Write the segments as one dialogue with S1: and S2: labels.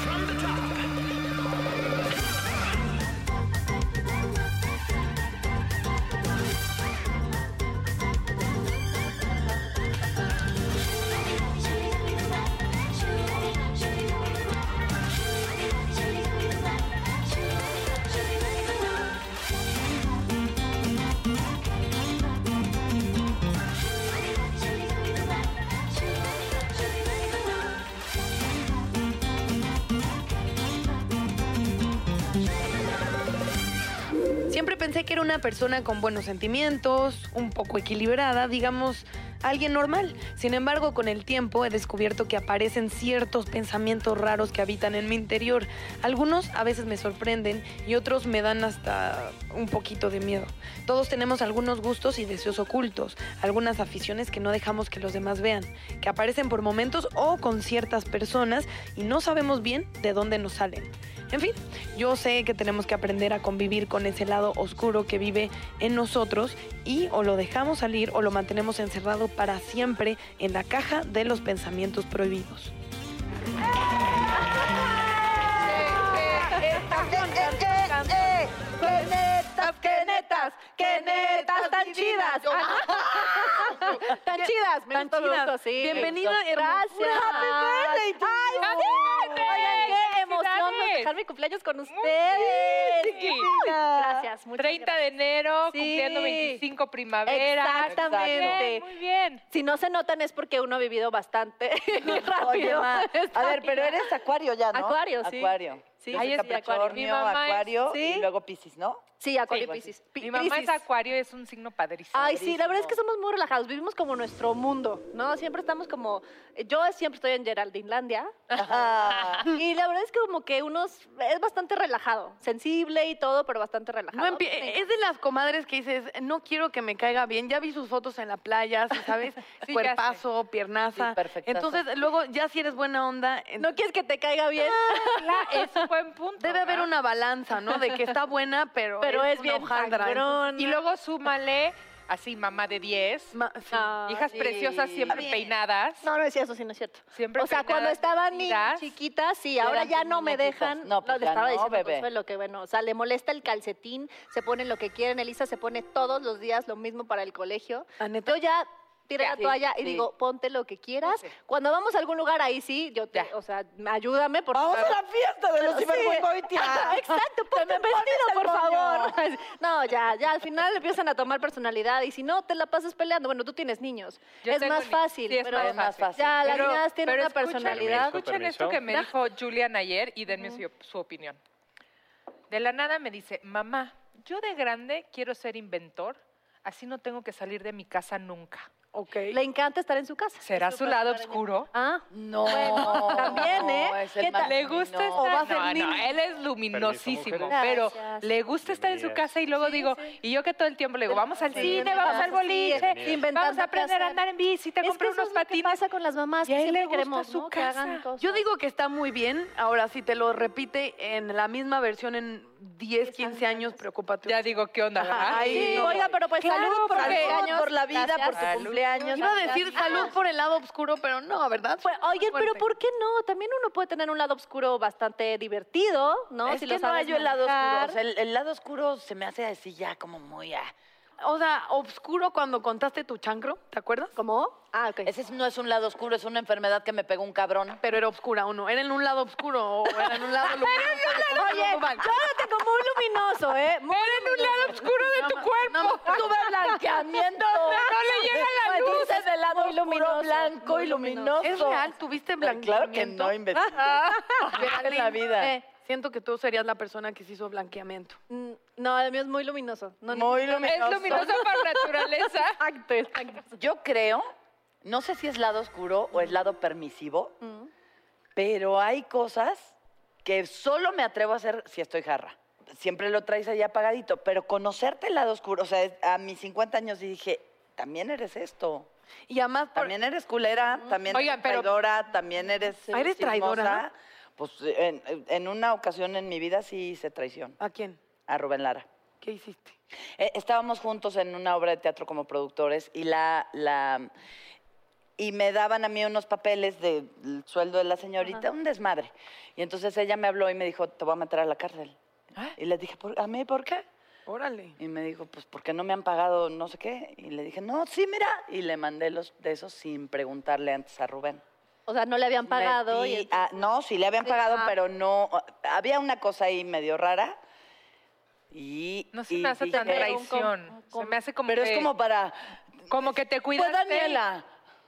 S1: From the top.
S2: Siempre pensé que era una persona con buenos sentimientos, un poco equilibrada, digamos, alguien normal. Sin embargo, con el tiempo he descubierto que aparecen ciertos pensamientos raros que habitan en mi interior. Algunos a veces me sorprenden y otros me dan hasta un poquito de miedo. Todos tenemos algunos gustos y deseos ocultos, algunas aficiones que no dejamos que los demás vean, que aparecen por momentos o con ciertas personas y no sabemos bien de dónde nos salen. En fin, yo sé que tenemos que aprender a convivir con ese lado oscuro que vive en nosotros y o lo dejamos salir o lo mantenemos encerrado para siempre en la caja de los pensamientos prohibidos.
S3: ¡Qué netas, qué netas, qué netas tan chidas!
S4: Ah, Tan chidas, me
S3: Tan
S4: gusta, me gusta,
S3: chidas.
S4: sí.
S3: Bienvenida,
S4: gracias.
S3: hermosura. Happy birthday to
S4: Ay,
S3: you.
S4: sí,
S3: Oigan,
S4: Oigan, qué emoción
S3: felicidades.
S4: festejar mi cumpleaños con ustedes.
S3: Sí.
S4: Gracias, muchas
S5: 30
S4: gracias.
S5: de enero,
S4: Sí.
S5: cumpliendo 25 primavera.
S4: Exactamente.
S5: Muy bien.
S4: Si no se notan es porque uno ha vivido bastante rápido.
S6: Oye, ma,
S4: esta
S6: a ver, pero
S4: vida.
S6: eres acuario ya, ¿no?
S4: Acuario, sí.
S6: Acuario.
S4: Sí,
S6: Desde
S4: sí, sí, acuario.
S6: Capricornio,
S5: Mi mamá es-
S6: acuario
S4: sí.
S6: y luego Piscis, ¿no?
S4: Sí, Acuario
S6: Sí.
S4: y Piscis. Pi-
S5: Mi mamá
S4: Piscis.
S5: es acuario, es un signo padrísimo.
S4: Ay, sí, la verdad es que
S6: padrísimo.
S4: somos muy relajados, vivimos como nuestro mundo, ¿no? Siempre estamos como, yo siempre estoy en Geraldinlandia
S6: Ajá.
S4: y la verdad es que como que uno es, es bastante relajado, sensible y todo, pero bastante relajado.
S2: No empie- eh, es de las comadres que dices, no quiero que me caiga bien. Ya vi sus fotos en la playa, sí, ¿sabes?
S5: sé.
S2: Cuerpazo, piernaza.
S6: Sí, perfectazo.
S2: Entonces, luego, ya si eres buena onda, en-
S4: No quieres que te caiga bien,
S5: Ah, es un buen punto.
S2: debe haber
S5: ¿no?
S2: una balanza, ¿no? De que está buena, pero,
S4: pero
S2: eres
S4: es
S2: una
S4: bien
S2: hojaldra.
S4: sangrón.
S5: Y luego súmale, así, mamá de 10.
S2: Ma- sí.
S4: Ah,
S5: hijas
S6: sí.
S5: preciosas, siempre
S6: Bien.
S5: peinadas.
S4: No, no es cierto, sí, no es cierto.
S5: Siempre
S4: o sea,
S5: peinadas,
S4: cuando estaban
S5: vestidas.
S4: chiquitas, sí, ahora
S6: eran
S4: ya
S6: tus
S4: no me
S6: muñequitas.
S4: dejan.
S6: No, pues
S4: le
S6: ya
S4: estaba
S6: no,
S4: diciendo a
S6: bebé.
S4: Consuelo que bueno, o sea, le molesta el calcetín, se ponen lo que quieren. Elisa se pone todos los días lo mismo para el colegio.
S2: Ah, ¿neta?
S4: Yo ya tiré
S6: Ya,
S4: la
S6: sí,
S4: toalla y
S6: sí.
S4: digo, ponte lo que quieras.
S6: Pues sí.
S4: Cuando vamos a algún lugar ahí sí, yo te,
S5: Ya.
S4: o sea, ayúdame por
S6: Vamos
S4: favor.
S6: a la fiesta de los
S4: Sí.
S6: cibergüengoitia.
S4: Ah, Exacto, ponte el vestido, por favor. No, ya, ya, al final empiezan a tomar personalidad y si no, te la pasas peleando. Bueno, tú tienes niños.
S5: Yo
S4: es
S5: tengo
S4: más
S5: ni-
S4: fácil.
S5: sí, es
S4: pero
S5: más
S6: fácil.
S4: Ya, las
S5: Pero-
S4: niñas tienen
S5: pero
S4: una
S5: escúchenme,
S4: personalidad.
S5: Escuchen esto que me dijo Julian ayer y denme su, su opinión. De la nada me dice, mamá, yo de grande quiero ser inventor, así no tengo que salir de mi casa nunca.
S2: Ok.
S4: Le encanta estar en su casa.
S5: ¿Será
S4: Es
S5: su
S4: súper
S5: lado
S4: maravilloso.
S5: oscuro?
S4: Ah,
S6: No.
S4: Bueno, también, ¿eh?
S6: Es el
S4: ¿Qué tal?
S5: Le gusta
S6: maligno.
S5: estar...
S6: O va a
S5: no,
S6: ser
S5: no,
S6: niño.
S5: él es luminosísimo,
S4: mujeres.
S5: pero
S4: Gracias.
S5: le gusta estar en su
S7: Bienvenidas.
S5: casa y luego
S4: Sí,
S5: digo,
S4: sí.
S5: y yo que todo el tiempo le digo, vamos al
S4: Sí,
S5: cine,
S4: bienvenidas.
S5: vamos
S4: Sí,
S5: al boliche,
S4: bienvenidas.
S5: vamos a
S4: Inventando
S5: aprender a
S4: qué
S5: andar en bici, te
S4: es que
S5: compré
S4: eso
S5: unos
S4: es lo que
S5: patines.
S4: pasa con las mamás.
S5: Y a
S4: que
S5: él le
S4: siempre
S5: gusta
S4: queremos
S5: su
S4: ¿no? que hagan
S5: casa.
S4: cosas.
S2: Yo digo que está muy bien. Ahora, si te lo repite en la misma versión en 10, 15 años, preocúpate.
S5: Ya digo, ¿qué onda?
S2: Ajá.
S5: verdad?
S2: Ay,
S4: Sí,
S2: no.
S4: oiga, pero pues
S5: Claro,
S4: salud por
S5: porque-
S4: los
S6: Salud
S4: años.
S6: por la vida, por tu
S4: Gracias.
S5: Salud.
S6: cumpleaños.
S2: Iba a decir salud por el lado oscuro, pero no, ¿verdad?
S4: Pues, oye, pero
S2: fuerte.
S4: ¿por qué no? También uno puede tener un lado oscuro bastante divertido, ¿no?
S6: Es
S4: Si lo
S6: que no
S4: sabes
S6: hay el lado oscuro.
S4: manejar.
S6: O sea, el, el lado oscuro se me hace así ya como muy... ah,
S2: o sea, obscuro cuando contaste tu chancro, ¿te acuerdas?
S4: ¿Cómo? Ah, ok.
S7: Ese es- no es un lado oscuro, es una enfermedad que me pegó un cabrón.
S4: Ah,
S2: Pero era obscura o no. Era en un lado obscuro o era en un lado luminoso.
S4: Oye, yo lo tengo muy luminoso, ¿eh? Muy
S5: Era en un lado oscuro de tu cuerpo.
S4: No, tuve blanqueamiento.
S5: No, no le llega la
S4: Pues
S5: luz.
S4: dices del lado luminoso.
S6: blanco y
S4: muy
S6: luminoso.
S2: ¿Es real? ¿Tuviste
S6: Pero Claro que
S2: blanqueamiento?
S6: no inventé.
S4: Ah,
S2: Geraldine,
S6: en la vida.
S2: eh, siento que tú serías la persona que se hizo blanqueamiento.
S4: Mm, No, el mío es muy luminoso. No, no.
S6: Muy luminoso.
S5: Es luminosa por naturaleza.
S2: Exacto, exacto.
S6: Yo creo, no sé si es lado oscuro o es lado permisivo,
S4: Mm.
S6: pero hay cosas que solo me atrevo a hacer si estoy jarra. Siempre lo traes ahí apagadito, pero conocerte el lado oscuro, o sea, es- a mis 50 años dije, también eres esto.
S2: Y además, por-
S6: También eres culera, también
S5: Oigan,
S6: eres
S5: pero-
S6: traidora, también eres. eh,
S2: Ah, ¿eres traidora?
S6: chismosa. Pues en, en una ocasión en mi vida sí hice traición
S2: ¿a quién?
S6: a Rubén Lara.
S2: ¿Qué hiciste?
S6: Eh, estábamos juntos en una obra de teatro como productores y la, la y me daban a mí unos papeles del sueldo de la señorita, un desmadre. Y entonces ella me habló y me dijo, te voy a meter a la cárcel. Y le dije, "¿Por- ¿a mí por qué?
S2: Órale.
S6: Y me dijo, pues porque no me han pagado no sé qué. Y le dije, no, sí, mira. Y le mandé los de esos sin preguntarle antes a Rubén.
S4: O sea, no le habían pagado.
S6: Metí-
S4: y
S6: ah, no, sí le habían pagado,
S4: ah.
S6: pero no. Había una cosa ahí medio rara. Y.
S5: No se
S6: y
S5: me hace tan
S6: dije,
S5: traición. Se me hace como
S6: Pero
S5: que,
S6: es como para.
S5: como que te
S6: Pues
S5: cuidaste.
S6: Daniela.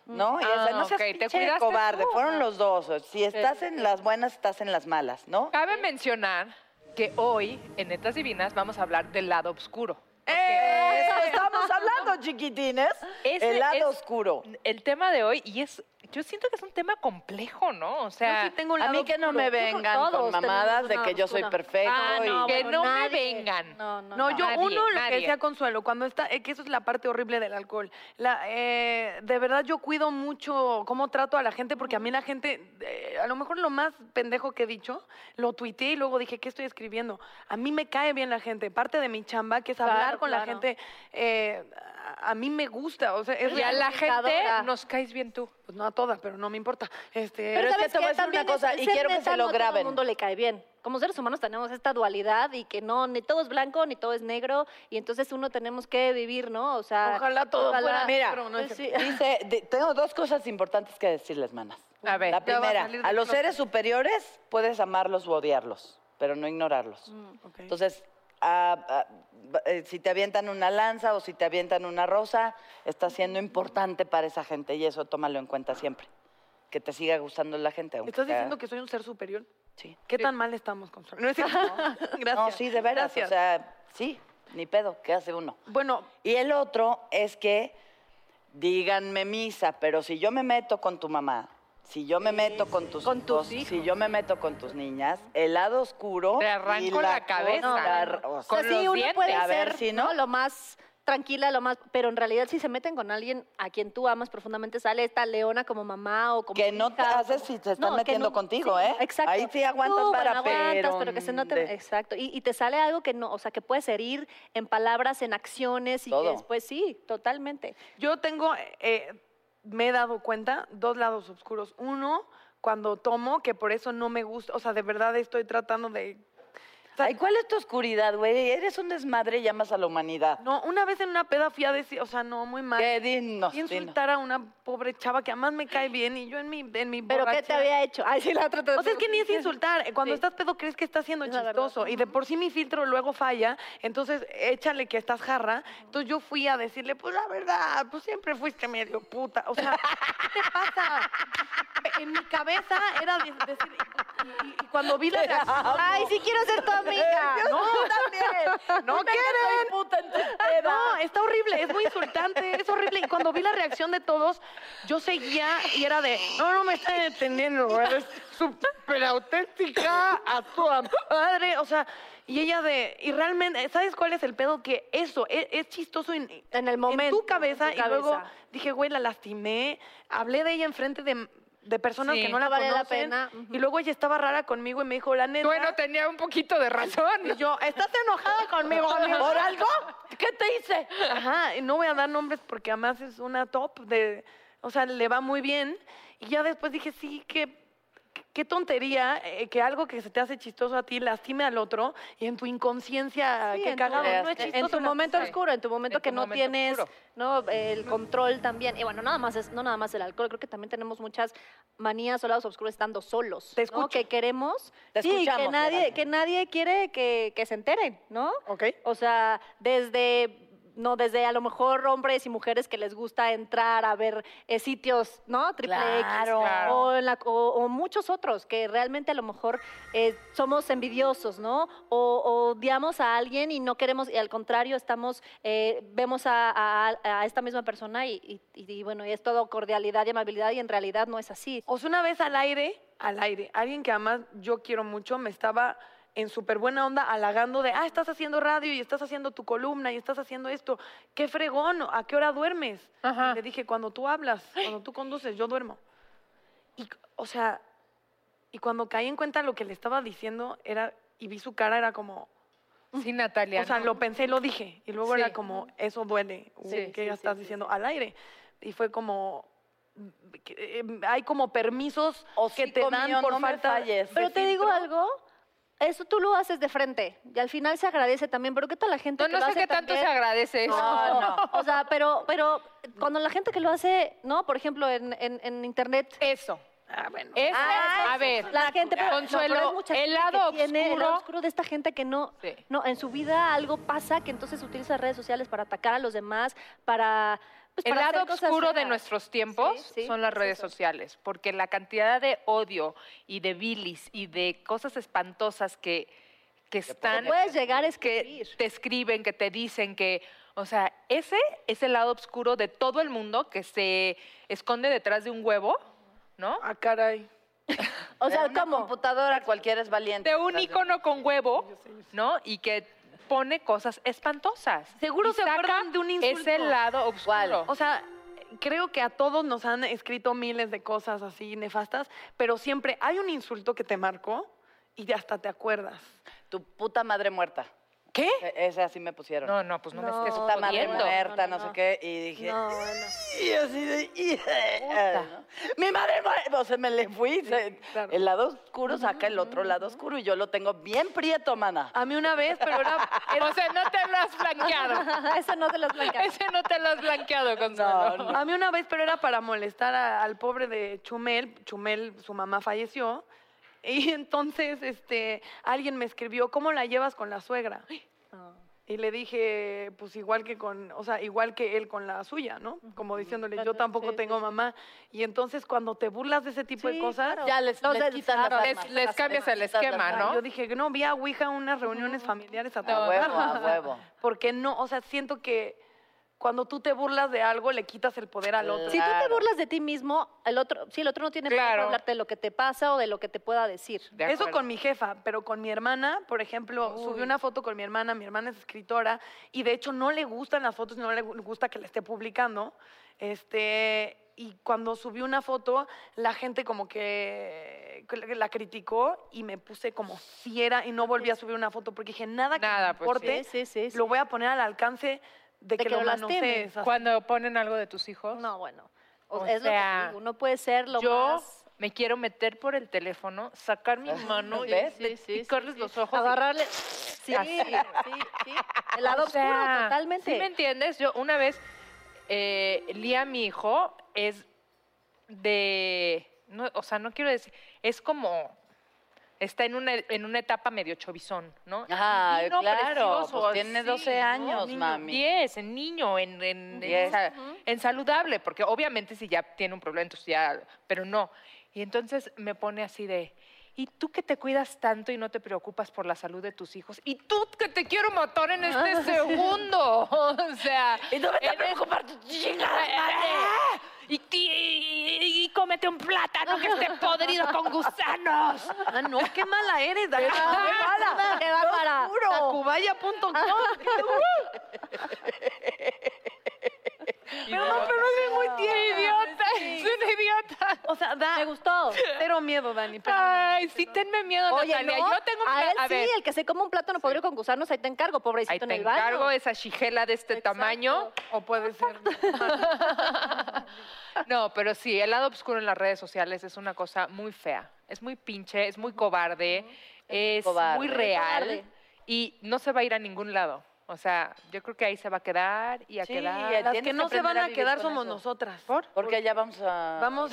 S6: ¿No? Y
S5: Ah,
S6: esa, no seas
S5: ok, te
S6: pinche
S5: cuidaste
S6: cobarde.
S5: tú.
S6: Fueron los dos. Si estás en las buenas, estás en las malas, ¿no?
S5: Cabe mencionar que hoy en Netas Divinas vamos a hablar del lado oscuro.
S6: ¡Eh! Eso estamos hablando, chiquitines.
S5: Ese
S6: el lado
S5: es-
S6: oscuro.
S5: El tema de hoy, y es, yo siento que es un tema complejo, ¿no? O sea,
S2: Yo sí tengo un
S6: A
S2: lado
S6: mí que no
S4: oscuro.
S6: me
S4: Yo creo que
S6: vengan con
S4: todos
S6: mamadas
S4: tenemos
S6: de
S4: una
S6: que yo soy
S4: oscura.
S6: perfecto.
S5: Ah, no,
S6: y-
S5: que no me
S4: nadie.
S5: vengan.
S4: No, no,
S2: No, yo
S5: Nadie,
S2: uno lo que
S5: nadie.
S2: decía Consuelo, cuando está, eh, que eso es la parte horrible del alcohol. La, eh, de verdad yo cuido mucho cómo trato a la gente, porque a mí la gente, eh, a lo mejor lo más pendejo que he dicho, lo tuiteé y luego dije, ¿qué estoy escribiendo? A mí me cae bien la gente, parte de mi chamba, que es
S4: Claro,
S2: hablar con la
S4: claro.
S2: gente, eh, a a mí me gusta, o sea, es
S5: Y a
S2: real.
S5: la
S4: comunicadora.
S5: gente nos caes bien tú.
S2: Pues no a todas, pero no me importa. Este,
S6: Pero es que
S4: ¿sabes
S6: te voy
S4: qué?
S6: a decir una
S4: También es-
S6: cosa, y
S4: ser
S6: quiero que
S4: neta,
S6: se lo
S4: no a todo
S6: graben.
S4: el mundo le cae bien. Como seres humanos tenemos esta dualidad y que no, ni todo es blanco, ni todo es negro. Y entonces uno tenemos que vivir, ¿no? O sea...
S2: Ojalá todo fuera
S6: Mira,
S2: negro, no es
S4: pues
S2: cierto.
S4: sí.
S6: Dice, de- tengo dos cosas importantes que decirles, manas.
S5: A ver.
S6: La
S2: Ya va a
S6: primera,
S2: salir
S6: a
S2: del
S6: los
S2: closet.
S6: seres superiores puedes amarlos o odiarlos, pero no ignorarlos.
S4: Mm,
S2: Ok.
S6: Entonces, a- a- ba- eh, si te avientan una lanza o si te avientan una rosa, está siendo importante para esa gente y eso tómalo en cuenta siempre. Que te siga gustando la gente. aunque
S2: ¿Estás
S6: sea-
S2: diciendo que soy un ser superior?
S6: Sí.
S2: ¿Qué tan mal estamos, Consuelo? No es cierto. Gracias.
S6: No, sí, de veras.
S2: Gracias.
S6: O sea, sí, ni pedo, ¿qué hace uno?
S2: bueno,
S6: Y el otro es que díganme misa, pero si yo me meto con tu mamá, si yo me meto con tus,
S2: Con tus
S6: hijos, si yo me meto con tus niñas, el lado oscuro
S5: Te
S6: y
S5: arranco la
S6: cosa-
S5: cabeza.
S6: la- o
S4: O
S5: Con
S4: sea,
S6: sea,
S4: sí,
S5: los
S4: uno
S5: dientes.
S4: puede
S6: A ver,
S4: ser
S6: si no.
S4: ¿no? lo más tranquila, lo más... Pero en realidad si se meten con alguien a quien tú amas profundamente, sale esta leona como mamá o como
S6: Que no te
S4: hija,
S6: haces
S4: como-
S6: si te están
S4: que
S6: metiendo contigo, ¿eh?
S4: Exacto.
S6: Ahí sí aguantas
S4: Tú,
S6: vara,
S4: bueno, aguantas,
S6: pero
S4: pero, que se note...
S6: de-
S4: Exacto. Y, y te sale algo que no... O sea, que puedes herir en palabras, en acciones y
S6: Todo.
S4: que después sí, totalmente.
S2: Yo tengo, eh, me he dado cuenta, dos lados oscuros. Uno, cuando tomo, que por eso no me gusta, o sea, de verdad estoy tratando de... o sea,
S6: Ay, ¿cuál es tu oscuridad, güey? Eres un desmadre y llamas a la humanidad.
S2: no, una vez en una peda fui a decir, o sea, no, muy mal.
S6: Qué dinos,
S2: Y insultar a una pobre chava que además me cae bien y yo en mi, en mi
S4: ¿Pero qué te
S2: borrachera-
S4: había hecho? Ay, sí, la otra te-
S2: O sea, es que ni es insultar. Eh, Cuando
S4: Sí.
S2: estás pedo crees que estás siendo
S4: Es la verdad.
S2: chistoso y de por sí mi filtro luego falla, entonces échale que estás jarra. Entonces yo fui a decirle, pues la verdad, pues siempre fuiste medio puta. O sea, ¿qué te pasa? En mi cabeza era de- decir... Y, y- y cuando vi la reacción...
S4: Ay, sí quiero ser tu amiga.
S2: No, también. No quieren. Eh, No, está horrible, es muy insultante, es horrible. Y cuando vi la reacción de todos, yo seguía y era de, no, no me están entendiendo, eres súper auténtica a toda madre. O sea, y ella de, y realmente, ¿sabes cuál es el pedo? Que eso es, es chistoso en,
S4: En el momento,
S2: En tu cabeza.
S4: en tu
S2: y luego
S4: cabeza.
S2: dije, güey, la lastimé, hablé de ella enfrente de... De personas
S5: Sí.
S2: que no la
S4: No vale la
S2: conocen.
S4: pena, ujú.
S2: Y luego ella estaba rara conmigo y me dijo, la neta.
S5: Bueno, tenía un poquito de razón.
S2: Y yo, ¿estás enojada conmigo, amigo?
S6: ¿Por algo?
S2: ¿Qué te hice? Ajá, y no voy a dar nombres porque además es una top de. O sea, le va muy bien. Y ya después dije, sí, que. qué tontería eh, que algo que se te hace chistoso a ti lastime al otro y en tu inconsciencia,
S4: Sí,
S2: qué
S4: en tu,
S2: cagado, no es
S4: en- en
S2: chistoso.
S4: tu momento
S5: sí.
S4: oscuro, en tu momento
S5: En
S4: que
S5: tu
S4: no
S5: momento
S4: tienes
S5: oscuro.
S4: ¿no? el control también. Y bueno, nada más es, no nada más el alcohol, creo que también tenemos muchas manías o lados oscuros estando solos.
S2: Te
S4: ¿no?
S2: escucho.
S4: Que queremos
S6: Te
S4: sí, que
S6: escuchamos,
S4: nadie,
S6: Natalia.
S4: que nadie quiere que, que se enteren, ¿no?
S2: Ok.
S4: O sea, desde no desde a lo mejor hombres y mujeres que les gusta entrar a ver eh, sitios, ¿no? Triple
S6: Claro.
S4: X
S5: Claro.
S4: o, en la- o- o muchos otros que realmente a lo mejor eh, somos envidiosos, ¿no? O, o odiamos a alguien y no queremos y al contrario estamos eh, vemos a, a- a esta misma persona y, y- y, bueno y es todo cordialidad y amabilidad y en realidad no es así.
S2: O sea, una vez al aire, al aire, alguien que además yo quiero mucho me estaba en súper buena onda halagando de, ah, estás haciendo radio y estás haciendo tu columna y estás haciendo esto. Qué fregón, ¿a qué hora duermes?
S5: Ajá.
S2: Y Le dije, cuando tú hablas, cuando tú conduces, yo duermo. Y, o sea, y cuando caí en cuenta lo que le estaba diciendo era, y vi su cara, era como,
S5: Sí, Natalia.
S2: o sea,
S5: no.
S2: lo pensé, lo dije. Y luego
S5: Sí.
S2: era como, eso duele. uy,
S5: Sí,
S2: ¿Qué
S5: sí, sí,
S2: estás
S5: sí,
S2: diciendo? Al aire. Y fue como. mm, que, eh, hay como permisos que te
S6: Hocico
S2: dan
S6: mío,
S2: por
S6: no me
S2: falta.
S6: falles.
S2: de
S4: Pero te digo
S2: filtro.
S4: algo, eso tú lo haces de frente y al final se agradece también, pero ¿qué tal la gente
S5: No,
S4: que
S5: no
S4: lo
S5: sé
S4: hace
S5: qué tanto se
S4: también?
S5: agradece eso.
S4: No, O sea, pero, pero cuando la gente que lo hace, ¿no? Por ejemplo, en, en- en internet.
S5: Eso.
S2: Ah, bueno.
S5: Eso,
S4: Ah,
S5: a ver.
S4: La gente, pero,
S5: Consuelo,
S4: pero es mucha gente
S5: el
S4: que
S5: lado
S4: tiene el
S5: oscuro-
S4: lado oscuro de esta gente que no,
S5: Sí.
S4: no, en su vida algo pasa que entonces utiliza redes sociales para atacar a los demás, para... pues,
S5: El
S4: para hacer
S5: lado
S4: cosas
S5: oscuro de
S4: feas.
S5: nuestros tiempos
S4: Sí, sí,
S5: son las
S4: es
S5: redes
S4: eso.
S5: sociales, porque la cantidad de odio y de bilis y de cosas espantosas que, que están...
S4: puedes llegar a
S5: Que
S4: escribir.
S5: te escriben, que te dicen que... O sea, ese es el lado oscuro de todo el mundo que se esconde detrás de un huevo, ¿no?
S2: Ah, caray.
S4: O
S6: En
S4: sea,
S6: una
S4: ¿cómo?
S6: computadora cualquiera es valiente.
S5: De un
S6: Tras
S5: icono con huevo, ¿no? Y que pone cosas espantosas.
S2: Seguro
S5: Y
S2: se
S5: saca
S2: acuerdan de un insulto.
S5: Ese lado oscuro.
S2: O sea, creo que a todos nos han escrito miles de cosas así nefastas, pero siempre hay un insulto que te marcó y ya hasta te acuerdas.
S6: Tu puta madre muerta.
S2: ¿Qué?
S6: E- Esa sí me pusieron.
S5: No, no, pues no, me estés
S4: No,
S6: puta madre
S5: jodiendo.
S6: muerta,
S4: No,
S6: no,
S4: no, no.
S6: sé qué. Y dije.
S4: No, bueno.
S6: Y así de. y- ¿no? Mi madre muerta. O sea, me le fui. se-
S2: claro.
S6: El lado oscuro saca el otro lado oscuro y yo lo tengo bien prieto, mana.
S2: A mí una vez, pero era.
S5: O sea, no te lo has blanqueado.
S4: Eso no te lo explicas.
S5: Ese no te lo has blanqueado, Gonzalo.
S2: A mí una vez, pero era para molestar a- al pobre de Chumel. Chumel, su mamá falleció. Y entonces este, alguien me escribió, ¿cómo la llevas con la suegra? Y le dije, pues igual que con, o sea, igual que él con la suya, ¿no? Como diciéndole, yo tampoco tengo mamá. Y entonces cuando te burlas de ese tipo de
S4: Sí,
S2: cosas,
S4: claro.
S6: Ya les,
S4: Los
S6: les
S4: del-
S6: quitas las
S4: claro.
S6: armas.
S5: Les- les cambias el
S6: quitas las
S5: esquema,
S6: armas.
S5: ¿no?
S2: yo dije, no, vi a Ouija unas reuniones familiares a
S6: A
S2: todas
S6: huevo, a huevo.
S2: Porque no, o sea, siento que cuando tú te burlas de algo, le quitas el poder
S6: Eh,
S2: al otro.
S4: Si tú te
S6: Claro.
S4: burlas de ti mismo, el otro, sí, el otro no tiene por qué
S5: Claro.
S4: hablarte de lo que te pasa o de lo que te pueda decir.
S5: De
S2: Eso
S5: acuerdo.
S2: con mi jefa, pero con mi hermana, por ejemplo, subí una foto con mi hermana, mi hermana es escritora y de hecho no le gustan las fotos, no le gu- gusta que la esté publicando. Este, y cuando subí una foto, la gente como que que la la criticó y me puse como fiera y no volví a subir una foto porque dije, nada que
S5: Nada,
S2: me
S5: pues sí.
S2: importe,
S4: Sí, sí, sí,
S2: lo
S4: sí.
S2: voy a poner al alcance de, que,
S4: que
S2: lo
S4: lo lastimen.
S2: manosees, así.
S5: Cuando ponen algo de tus hijos,
S4: No, bueno. O,
S5: O
S4: es lo
S5: sea,
S4: que te digo, uno puede ser lo
S5: yo
S4: más...
S5: me quiero meter por el teléfono, sacar mi mano y
S6: ¿Ves?
S5: de- picarles los ojos. y-
S4: Agarrarle... Sí, sí, sí. El lado
S5: O sea,
S4: oscuro, totalmente.
S5: ¿Sí me entiendes? Yo una vez, eh, Lía, mi hijo, es de. no, o sea, no quiero decir. Es como. Está en una, en una etapa medio chovizón, ¿no?
S6: Ah,
S5: Divino,
S6: claro.
S5: precioso,
S6: Pues tiene
S5: así,
S6: 12
S5: ¿no?
S6: años,
S5: Niño,
S6: mami.
S5: 10, en niño, en, en- en
S6: Diez.
S5: sa- en saludable, porque obviamente si ya tiene un problema, entonces ya, pero no. Y entonces me pone así de, ¿y tú que te cuidas tanto y no te preocupas por la salud de tus hijos? ¿Y tú que te quiero matar en este segundo? O sea...
S6: Y no me te
S5: eres-
S6: preocupar, tu chingada
S5: eh,
S6: madre.
S5: Y, ti- y- y cómete un plátano que esté podrido con gusanos.
S2: Ah, no, qué mala eres, Dani. Qué mala.
S4: ¡Qué bárbara!
S2: Tacubaya.com.
S5: Pero no, pero es muy idiota, es un idiota.
S2: O sea, da
S4: Me gustó.
S2: cero miedo, Dani. perdóname.
S5: Ay, sí, tenme miedo, Natalia.
S4: ¿no?
S5: Yo tengo
S4: a
S5: miedo.
S4: él
S5: a
S4: sí,
S5: ver,
S4: el que se come un plátano podría concusarnos, ahí te encargo, pobrecito
S5: ahí te
S4: en el baño.
S5: encargo esa shigela de este
S4: Exacto.
S5: tamaño. O puede ser. no, pero sí, el lado oscuro en las redes sociales es una cosa muy fea. Es muy pinche, es muy cobarde, es
S7: cobarde.
S5: muy
S7: Es
S5: real
S4: cobarde.
S5: y no se va a ir a ningún lado. O sea, yo creo que ahí se va a quedar y a
S6: Sí,
S5: quedar.
S6: tienes
S2: Las que no se
S6: aprender
S2: van
S6: a
S2: a
S6: vivir
S2: quedar
S6: con
S2: somos
S6: eso.
S2: nosotras.
S6: Porque allá vamos a.
S2: Vamos.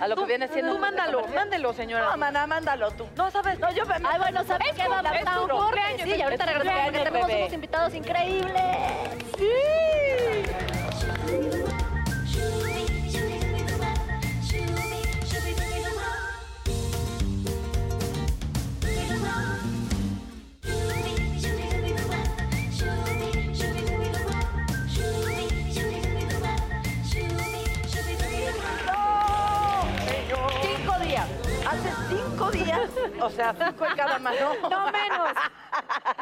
S6: A lo que
S2: Tú-
S6: viene siendo
S2: Tú mándalo,
S6: conversación.
S2: mándelo, señora.
S6: No, maná, mándalo tú.
S2: No, ¿sabes?
S6: No, yo me.
S4: Ay, bueno, ¿sabes qué? Vamos
S6: es
S4: a un
S6: tu
S4: corte.
S6: cumpleaños,
S4: Sí,
S6: es
S4: y ahorita
S6: tu
S4: regresamos porque
S6: cumpleaños,
S4: tenemos
S6: bebé.
S4: unos invitados increíbles.
S6: Cinco días. Hace cinco días. O sea, cinco en cada mano.
S4: No menos.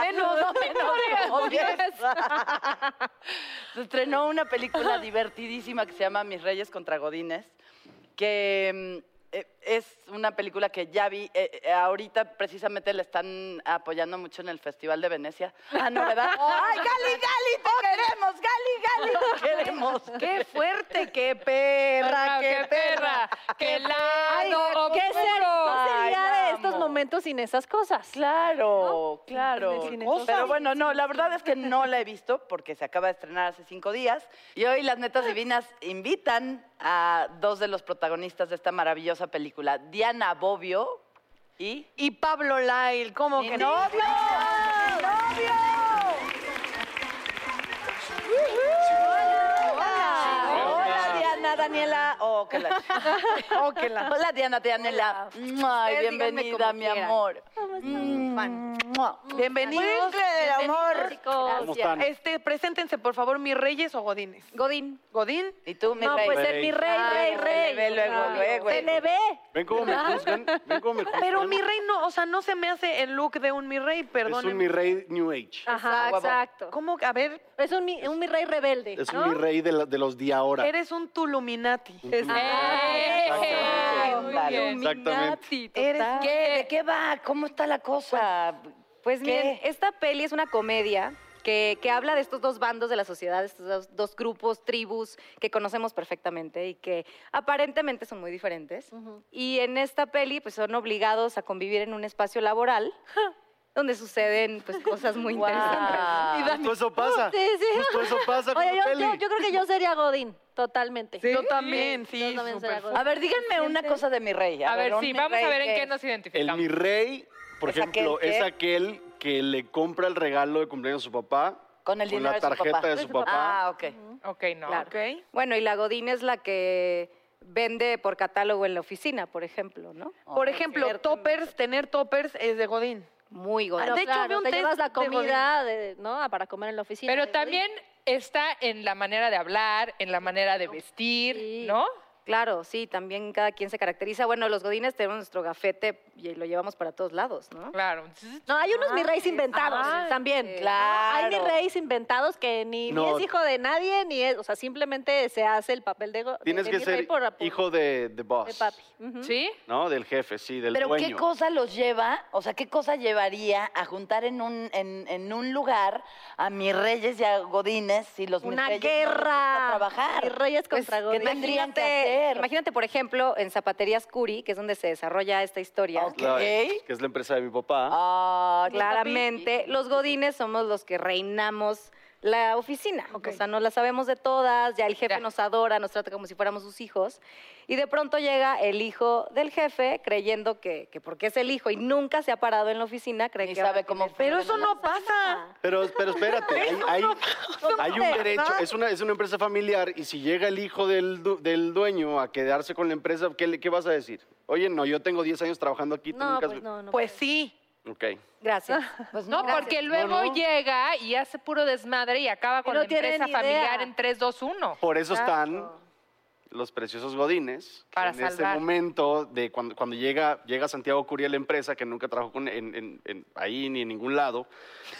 S6: menos, no menos. como diez. Se estrenó una película divertidísima que se llama Mis Reyes contra Godines, que mm, eh, es una película que ya vi. eh, eh, ahorita precisamente la están apoyando mucho en el Festival de Venecia. Ah, no, ¿verdad? ¡Ay, Gali, Gali! ¡Te queremos! ¡Gali, Gali! ¡Te queremos!
S2: Qué fuerte, qué perra, qué perra.
S5: Ah, ¡Qué lado
S4: Ay, ¿Qué
S5: oscuro!
S4: ser- no sería
S6: Ay, la
S4: de estos
S6: amo.
S4: momentos sin esas cosas?
S6: Claro, claro.
S2: Sin
S6: Pero
S2: esas-
S6: bueno, no, la verdad es que no la he visto porque se acaba de estrenar hace cinco días. Y hoy las netas divinas invitan a dos de los protagonistas de esta maravillosa película, Diana Bobbio y...
S2: Y Pablo Lyle, ¿cómo
S6: ¡Mi
S2: que no?
S6: novio! ¡Mi novio! Hola. Hola, Diana, Daniela. Oh, que la- oh, que la- Hola, Diana, Daniela. Ay,
S2: Ustedes díganme
S6: bienvenida,
S2: como
S6: mi
S2: quieran.
S6: amor.
S8: Mm.
S2: Fan.
S6: Mua.
S2: Bienvenidos. del amor.
S4: Chicos.
S9: están?
S2: Este, preséntense, por favor, mis reyes o godines.
S4: Godín.
S2: Godín.
S6: ¿Y tú, mi
S4: No,
S6: rey?
S4: pues ser mi rey, rey,
S6: se
S4: rey.
S6: le ve luego, luego,
S4: Se
S6: luego.
S4: le ve.
S9: Ven cómo me juzgan, ven cómo me juzgan.
S2: Pero mi rey no, o sea, no se me hace el look de un mi rey,
S9: Es
S2: perdón.
S9: un mi rey New Age.
S4: Ajá,
S6: Guapo.
S4: exacto.
S2: ¿Cómo? A ver,
S4: Es un, mi- un mi rey rebelde.
S9: Es
S4: ¿no?
S9: un mi rey de, la- de los de ahora.
S2: eres un Tuluminati. Este,
S6: Exactamente.
S5: Muy
S6: Claro.
S5: bien.
S9: Exactamente.
S2: Eres
S6: ¿Qué? ¿De qué va? ¿Cómo está la cosa?
S8: Pues
S6: ¿Qué?
S8: miren, esta peli es una comedia que, que habla de estos dos bandos de la sociedad, estos dos, dos grupos, tribus que conocemos perfectamente y que aparentemente son muy diferentes. Y en esta peli pues son obligados a convivir en un espacio laboral donde suceden pues cosas muy interesantes.
S9: Justo eso pasa.
S4: Sí, sí.
S9: Justo eso pasa con
S4: Oye,
S9: la
S4: yo,
S9: peli.
S4: yo- yo creo que yo sería Godín, totalmente.
S2: Yo también, sí.
S4: Yo también
S2: súper
S4: sería
S2: fuerte.
S4: Godín.
S6: A ver, díganme una cosa de mi rey.
S5: A ver,
S6: un mi
S5: sí, vamos a
S6: rey
S5: ver en
S6: que-
S5: qué nos
S9: El
S5: identificamos.
S9: mi rey, por
S6: Es
S9: ejemplo,
S6: aquel que-
S9: es aquel que le compra el regalo de cumpleaños a su papá.
S6: Con el dinero
S9: la
S6: de su
S9: tarjeta
S6: papá.
S9: de su papá.
S6: Ah, ok.
S5: Ok, no.
S8: Claro.
S2: Ok.
S8: Bueno, y la Godín es la que vende por catálogo en la oficina, por ejemplo, ¿no?
S6: Oh,
S2: Por ejemplo, toppers, tener toppers es de Godín.
S8: Muy
S4: Ah,
S8: Godín.
S4: no,
S2: de hecho,
S4: claro,
S2: había un
S4: te
S2: test
S4: llevas la
S2: de Godín.
S4: comida, de- ¿no? Ah, Para comer en la oficina. de
S5: Pero
S4: Godín.
S5: también está en la manera de hablar, en la manera de
S4: Sí.
S5: vestir, ¿no?
S8: Claro, sí, también cada quien se caracteriza. Bueno, los Godines tenemos nuestro gafete y lo llevamos para todos lados, ¿no?
S5: Claro.
S4: No, hay unos mi reyes inventados también.
S6: claro.
S4: Hay mi reyes inventados que ni, ni
S9: No.
S4: es hijo de nadie, ni es. O sea, simplemente se hace el papel de. go- de-
S9: Tienes
S4: de
S9: que
S4: mi rey
S9: ser
S4: por- por-
S9: hijo de, de boss.
S4: de papi. Ujú.
S5: ¿Sí?
S9: ¿No? Del jefe, sí, del
S6: Pero
S9: dueño.
S6: ¿qué cosa los lleva? O sea, ¿qué cosa llevaría a juntar en un, en, en un lugar a mis reyes y a godines si los mis
S4: Una
S6: reyes no les gusta
S4: guerra.
S6: trabajar?
S4: Mis reyes
S8: Pues,
S4: contra
S6: ¿qué
S4: Godín.
S6: tendrían que
S8: imagínate-
S6: hacer?
S8: Imagínate, por ejemplo, en Zapaterías Curi, que es donde se desarrolla esta historia.
S6: Ok.
S9: La- que es la empresa de mi papá.
S6: Ah,
S8: Claramente, los godines somos los que reinamos la oficina. O sea, no la sabemos de todas, ya el jefe
S5: Ya.
S8: nos adora, nos trata como si fuéramos sus hijos. Y de pronto llega el hijo del jefe creyendo que, que porque es el hijo y nunca se ha parado en la oficina, cree
S6: Ni
S8: que ahora
S6: sabe cómo
S8: tiene-
S2: Pero eso no pasa.
S9: Pero, pero espérate, hay, hay- hay un
S2: ¿verdad?
S9: derecho, es una, es una empresa familiar y si llega el hijo del, du- del dueño a quedarse con la empresa, ¿qué, le- qué vas a decir? Oye, no, yo tengo 10 años trabajando aquí, tú
S4: No,
S9: nunca... has
S4: pues
S9: vi-".
S4: no, no.
S2: Pues sí.
S9: Ok.
S8: Gracias.
S6: Pues
S5: no, porque luego llega y hace puro desmadre y acaba con
S4: no
S5: la empresa
S4: tienen idea.
S5: familiar en 3, 2, 1.
S9: Por eso están los preciosos godines. que
S5: Para
S9: en ese
S5: salvar.
S9: momento de cuando, cuando llega, llega Santiago Curia, la empresa, que nunca trabajó con- en- en- en- ahí ni en ningún lado,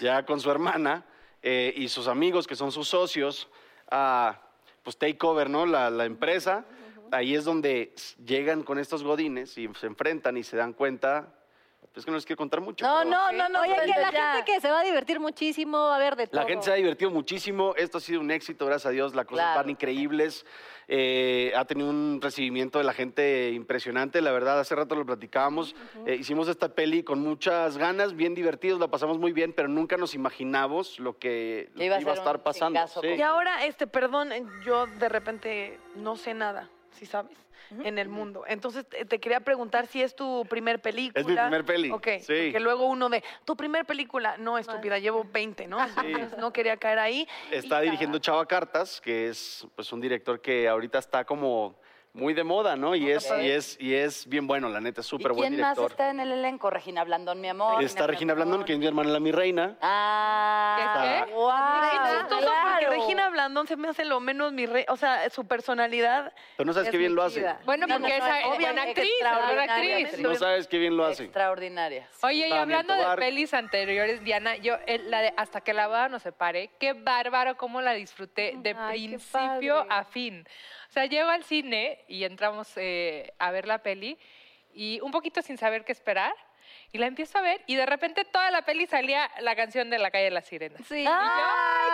S9: ya con su hermana eh, y ah, sus amigos, que son sus socios, a pues take over, ¿no? La, la empresa. Ahí es donde s- llegan con estos godines y se enfrentan y se dan cuenta. Es que no les quiero contar mucho.
S10: No,
S9: pero-
S10: no, no, no. Oye, que la
S4: ya.
S10: gente que se va a divertir muchísimo, va a ver de todo.
S9: La gente se ha divertido muchísimo. Esto ha sido un éxito, gracias a Dios. Las cosas
S10: Claro.
S9: van increíbles. Eh, ha tenido un recibimiento de la gente impresionante. La verdad, hace rato lo platicábamos. Eh, hicimos esta peli con muchas ganas, bien divertidos, la pasamos muy bien, pero nunca nos imaginamos lo que, lo
S2: Que iba a
S9: que iba a
S2: ser
S9: estar
S2: un
S9: pasando. sí.
S2: Y ahora, este, perdón, eh, yo de repente no sé nada, si sabes, en el mundo. Entonces te te quería preguntar si es tu primer película.
S9: primer peli,
S2: Ok,
S9: sí.
S2: porque luego uno de, tu primer película, no, estúpida, llevo 20, ¿no? Entonces, no quería caer ahí.
S9: Está dirigiendo Chava Cartas, que es pues, un director que ahorita está como muy de moda, ¿no? Y, es,
S6: Ok.
S9: y, es, y es bien bueno, la neta, es súper buen
S6: ¿Quién más
S9: director.
S6: está en el elenco? Regina Blandón, mi amor.
S9: Está Regina Blandón, que es mi hermana, la mi reina.
S6: Ah,
S9: Está-
S6: wow.
S2: Es chistoso porque Regina Blandón se me hace lo menos mi rey, o sea, su personalidad.
S9: Pero no sabes
S2: es
S9: qué bien
S2: muy
S9: lo hace.
S2: chida.
S5: Bueno, porque esa es buena actriz, buena actriz.
S9: No sabes qué bien lo hace.
S6: Extraordinaria.
S5: Oye, y
S9: Tania
S5: hablando
S9: Tobar.
S5: de pelis anteriores, Diana, yo eh, la de Hasta que la boda nos separe, qué bárbaro cómo la disfruté de principio a fin. O sea, llego al cine y entramos eh, a ver la peli y un poquito sin saber qué esperar. Y la empiezo a ver y de repente toda la peli salía la canción de La calle de las sirenas. Sí.
S4: Ah,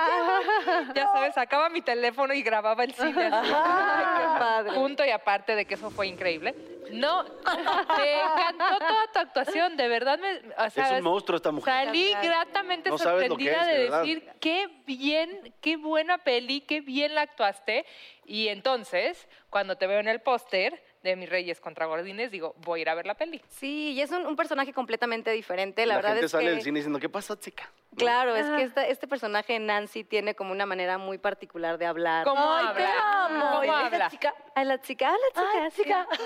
S5: ya sabes, sacaba mi teléfono y grababa el cine. así. Punto y aparte de que eso fue increíble. No, me encantó toda tu actuación, de verdad. Me, o sea,
S9: Es un monstruo esta mujer.
S5: Salí gratamente
S9: No sabes lo que
S5: sorprendida
S9: es, de
S5: de,
S9: verdad.
S5: decir qué bien, qué buena peli, qué bien la actuaste. Y entonces, cuando te veo en el póster de Mis Reyes contra Gordines, digo, voy a ir a ver la peli.
S4: Sí, y es un, un personaje completamente diferente. La,
S9: La,
S4: verdad
S9: gente
S4: es
S9: sale
S4: que...
S9: del cine diciendo, ¿qué pasa, chica?
S4: Claro, es
S6: Ah.
S4: que esta- este personaje Nancy tiene como una manera muy particular de hablar.
S5: ¿Cómo Ay, habla? te amo. ¿Cómo
S4: Y esa
S5: habla?
S4: chica- ay, la chica, la chica, sí.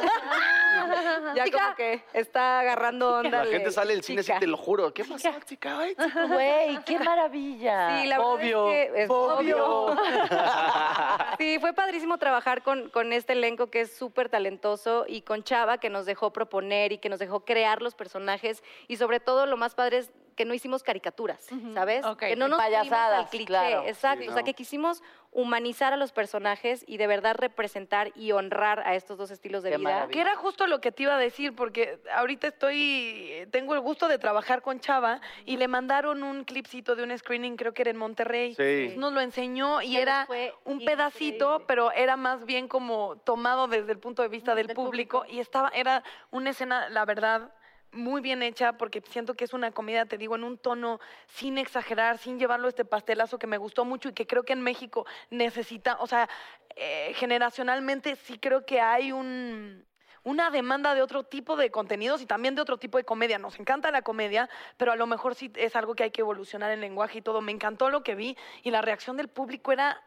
S4: Ya como que está agarrando onda.
S9: La gente
S4: de-
S9: sale del cine así, te lo juro. ¿Qué pasa? chica? Ay, chica,
S6: Güey, qué maravilla.
S4: Sí, la verdad es
S6: Obvio,
S4: que es
S6: obvio.
S4: Sí, fue padrísimo trabajar con, con este elenco que es súper talentoso y con Chava que nos dejó proponer y que nos dejó crear los personajes y sobre todo lo más padre es que no hicimos caricaturas, ¿sabes?
S6: Ok,
S4: Que no
S6: ni
S4: nos fuimos al
S6: payasadas,
S4: cliché,
S6: claro.
S4: exacto.
S6: Sí,
S4: O sea,
S6: no.
S4: que quisimos humanizar a los personajes y de verdad representar y honrar a estos dos estilos de vida.
S2: Que era justo lo que te iba a decir, porque ahorita estoy, tengo el gusto de trabajar con Chava y le mandaron un clipcito de un screening, creo que era en Monterrey.
S4: Sí.
S2: Entonces Nos lo enseñó y
S4: Que
S2: era
S4: nos fue
S2: un pedacito, pero era más bien como tomado desde el punto de vista del, público. y estaba, era una escena, la verdad. Muy bien hecha, porque siento que es una comida, te digo, en un tono sin exagerar, sin llevarlo a este pastelazo que me gustó mucho y que creo que en México necesita, o sea, eh, generacionalmente sí creo que hay un, una demanda de otro tipo de contenidos y también de otro tipo de comedia. Nos encanta la comedia, pero a lo mejor sí es algo que hay que evolucionar en lenguaje y todo. Me encantó lo que vi y la reacción del público era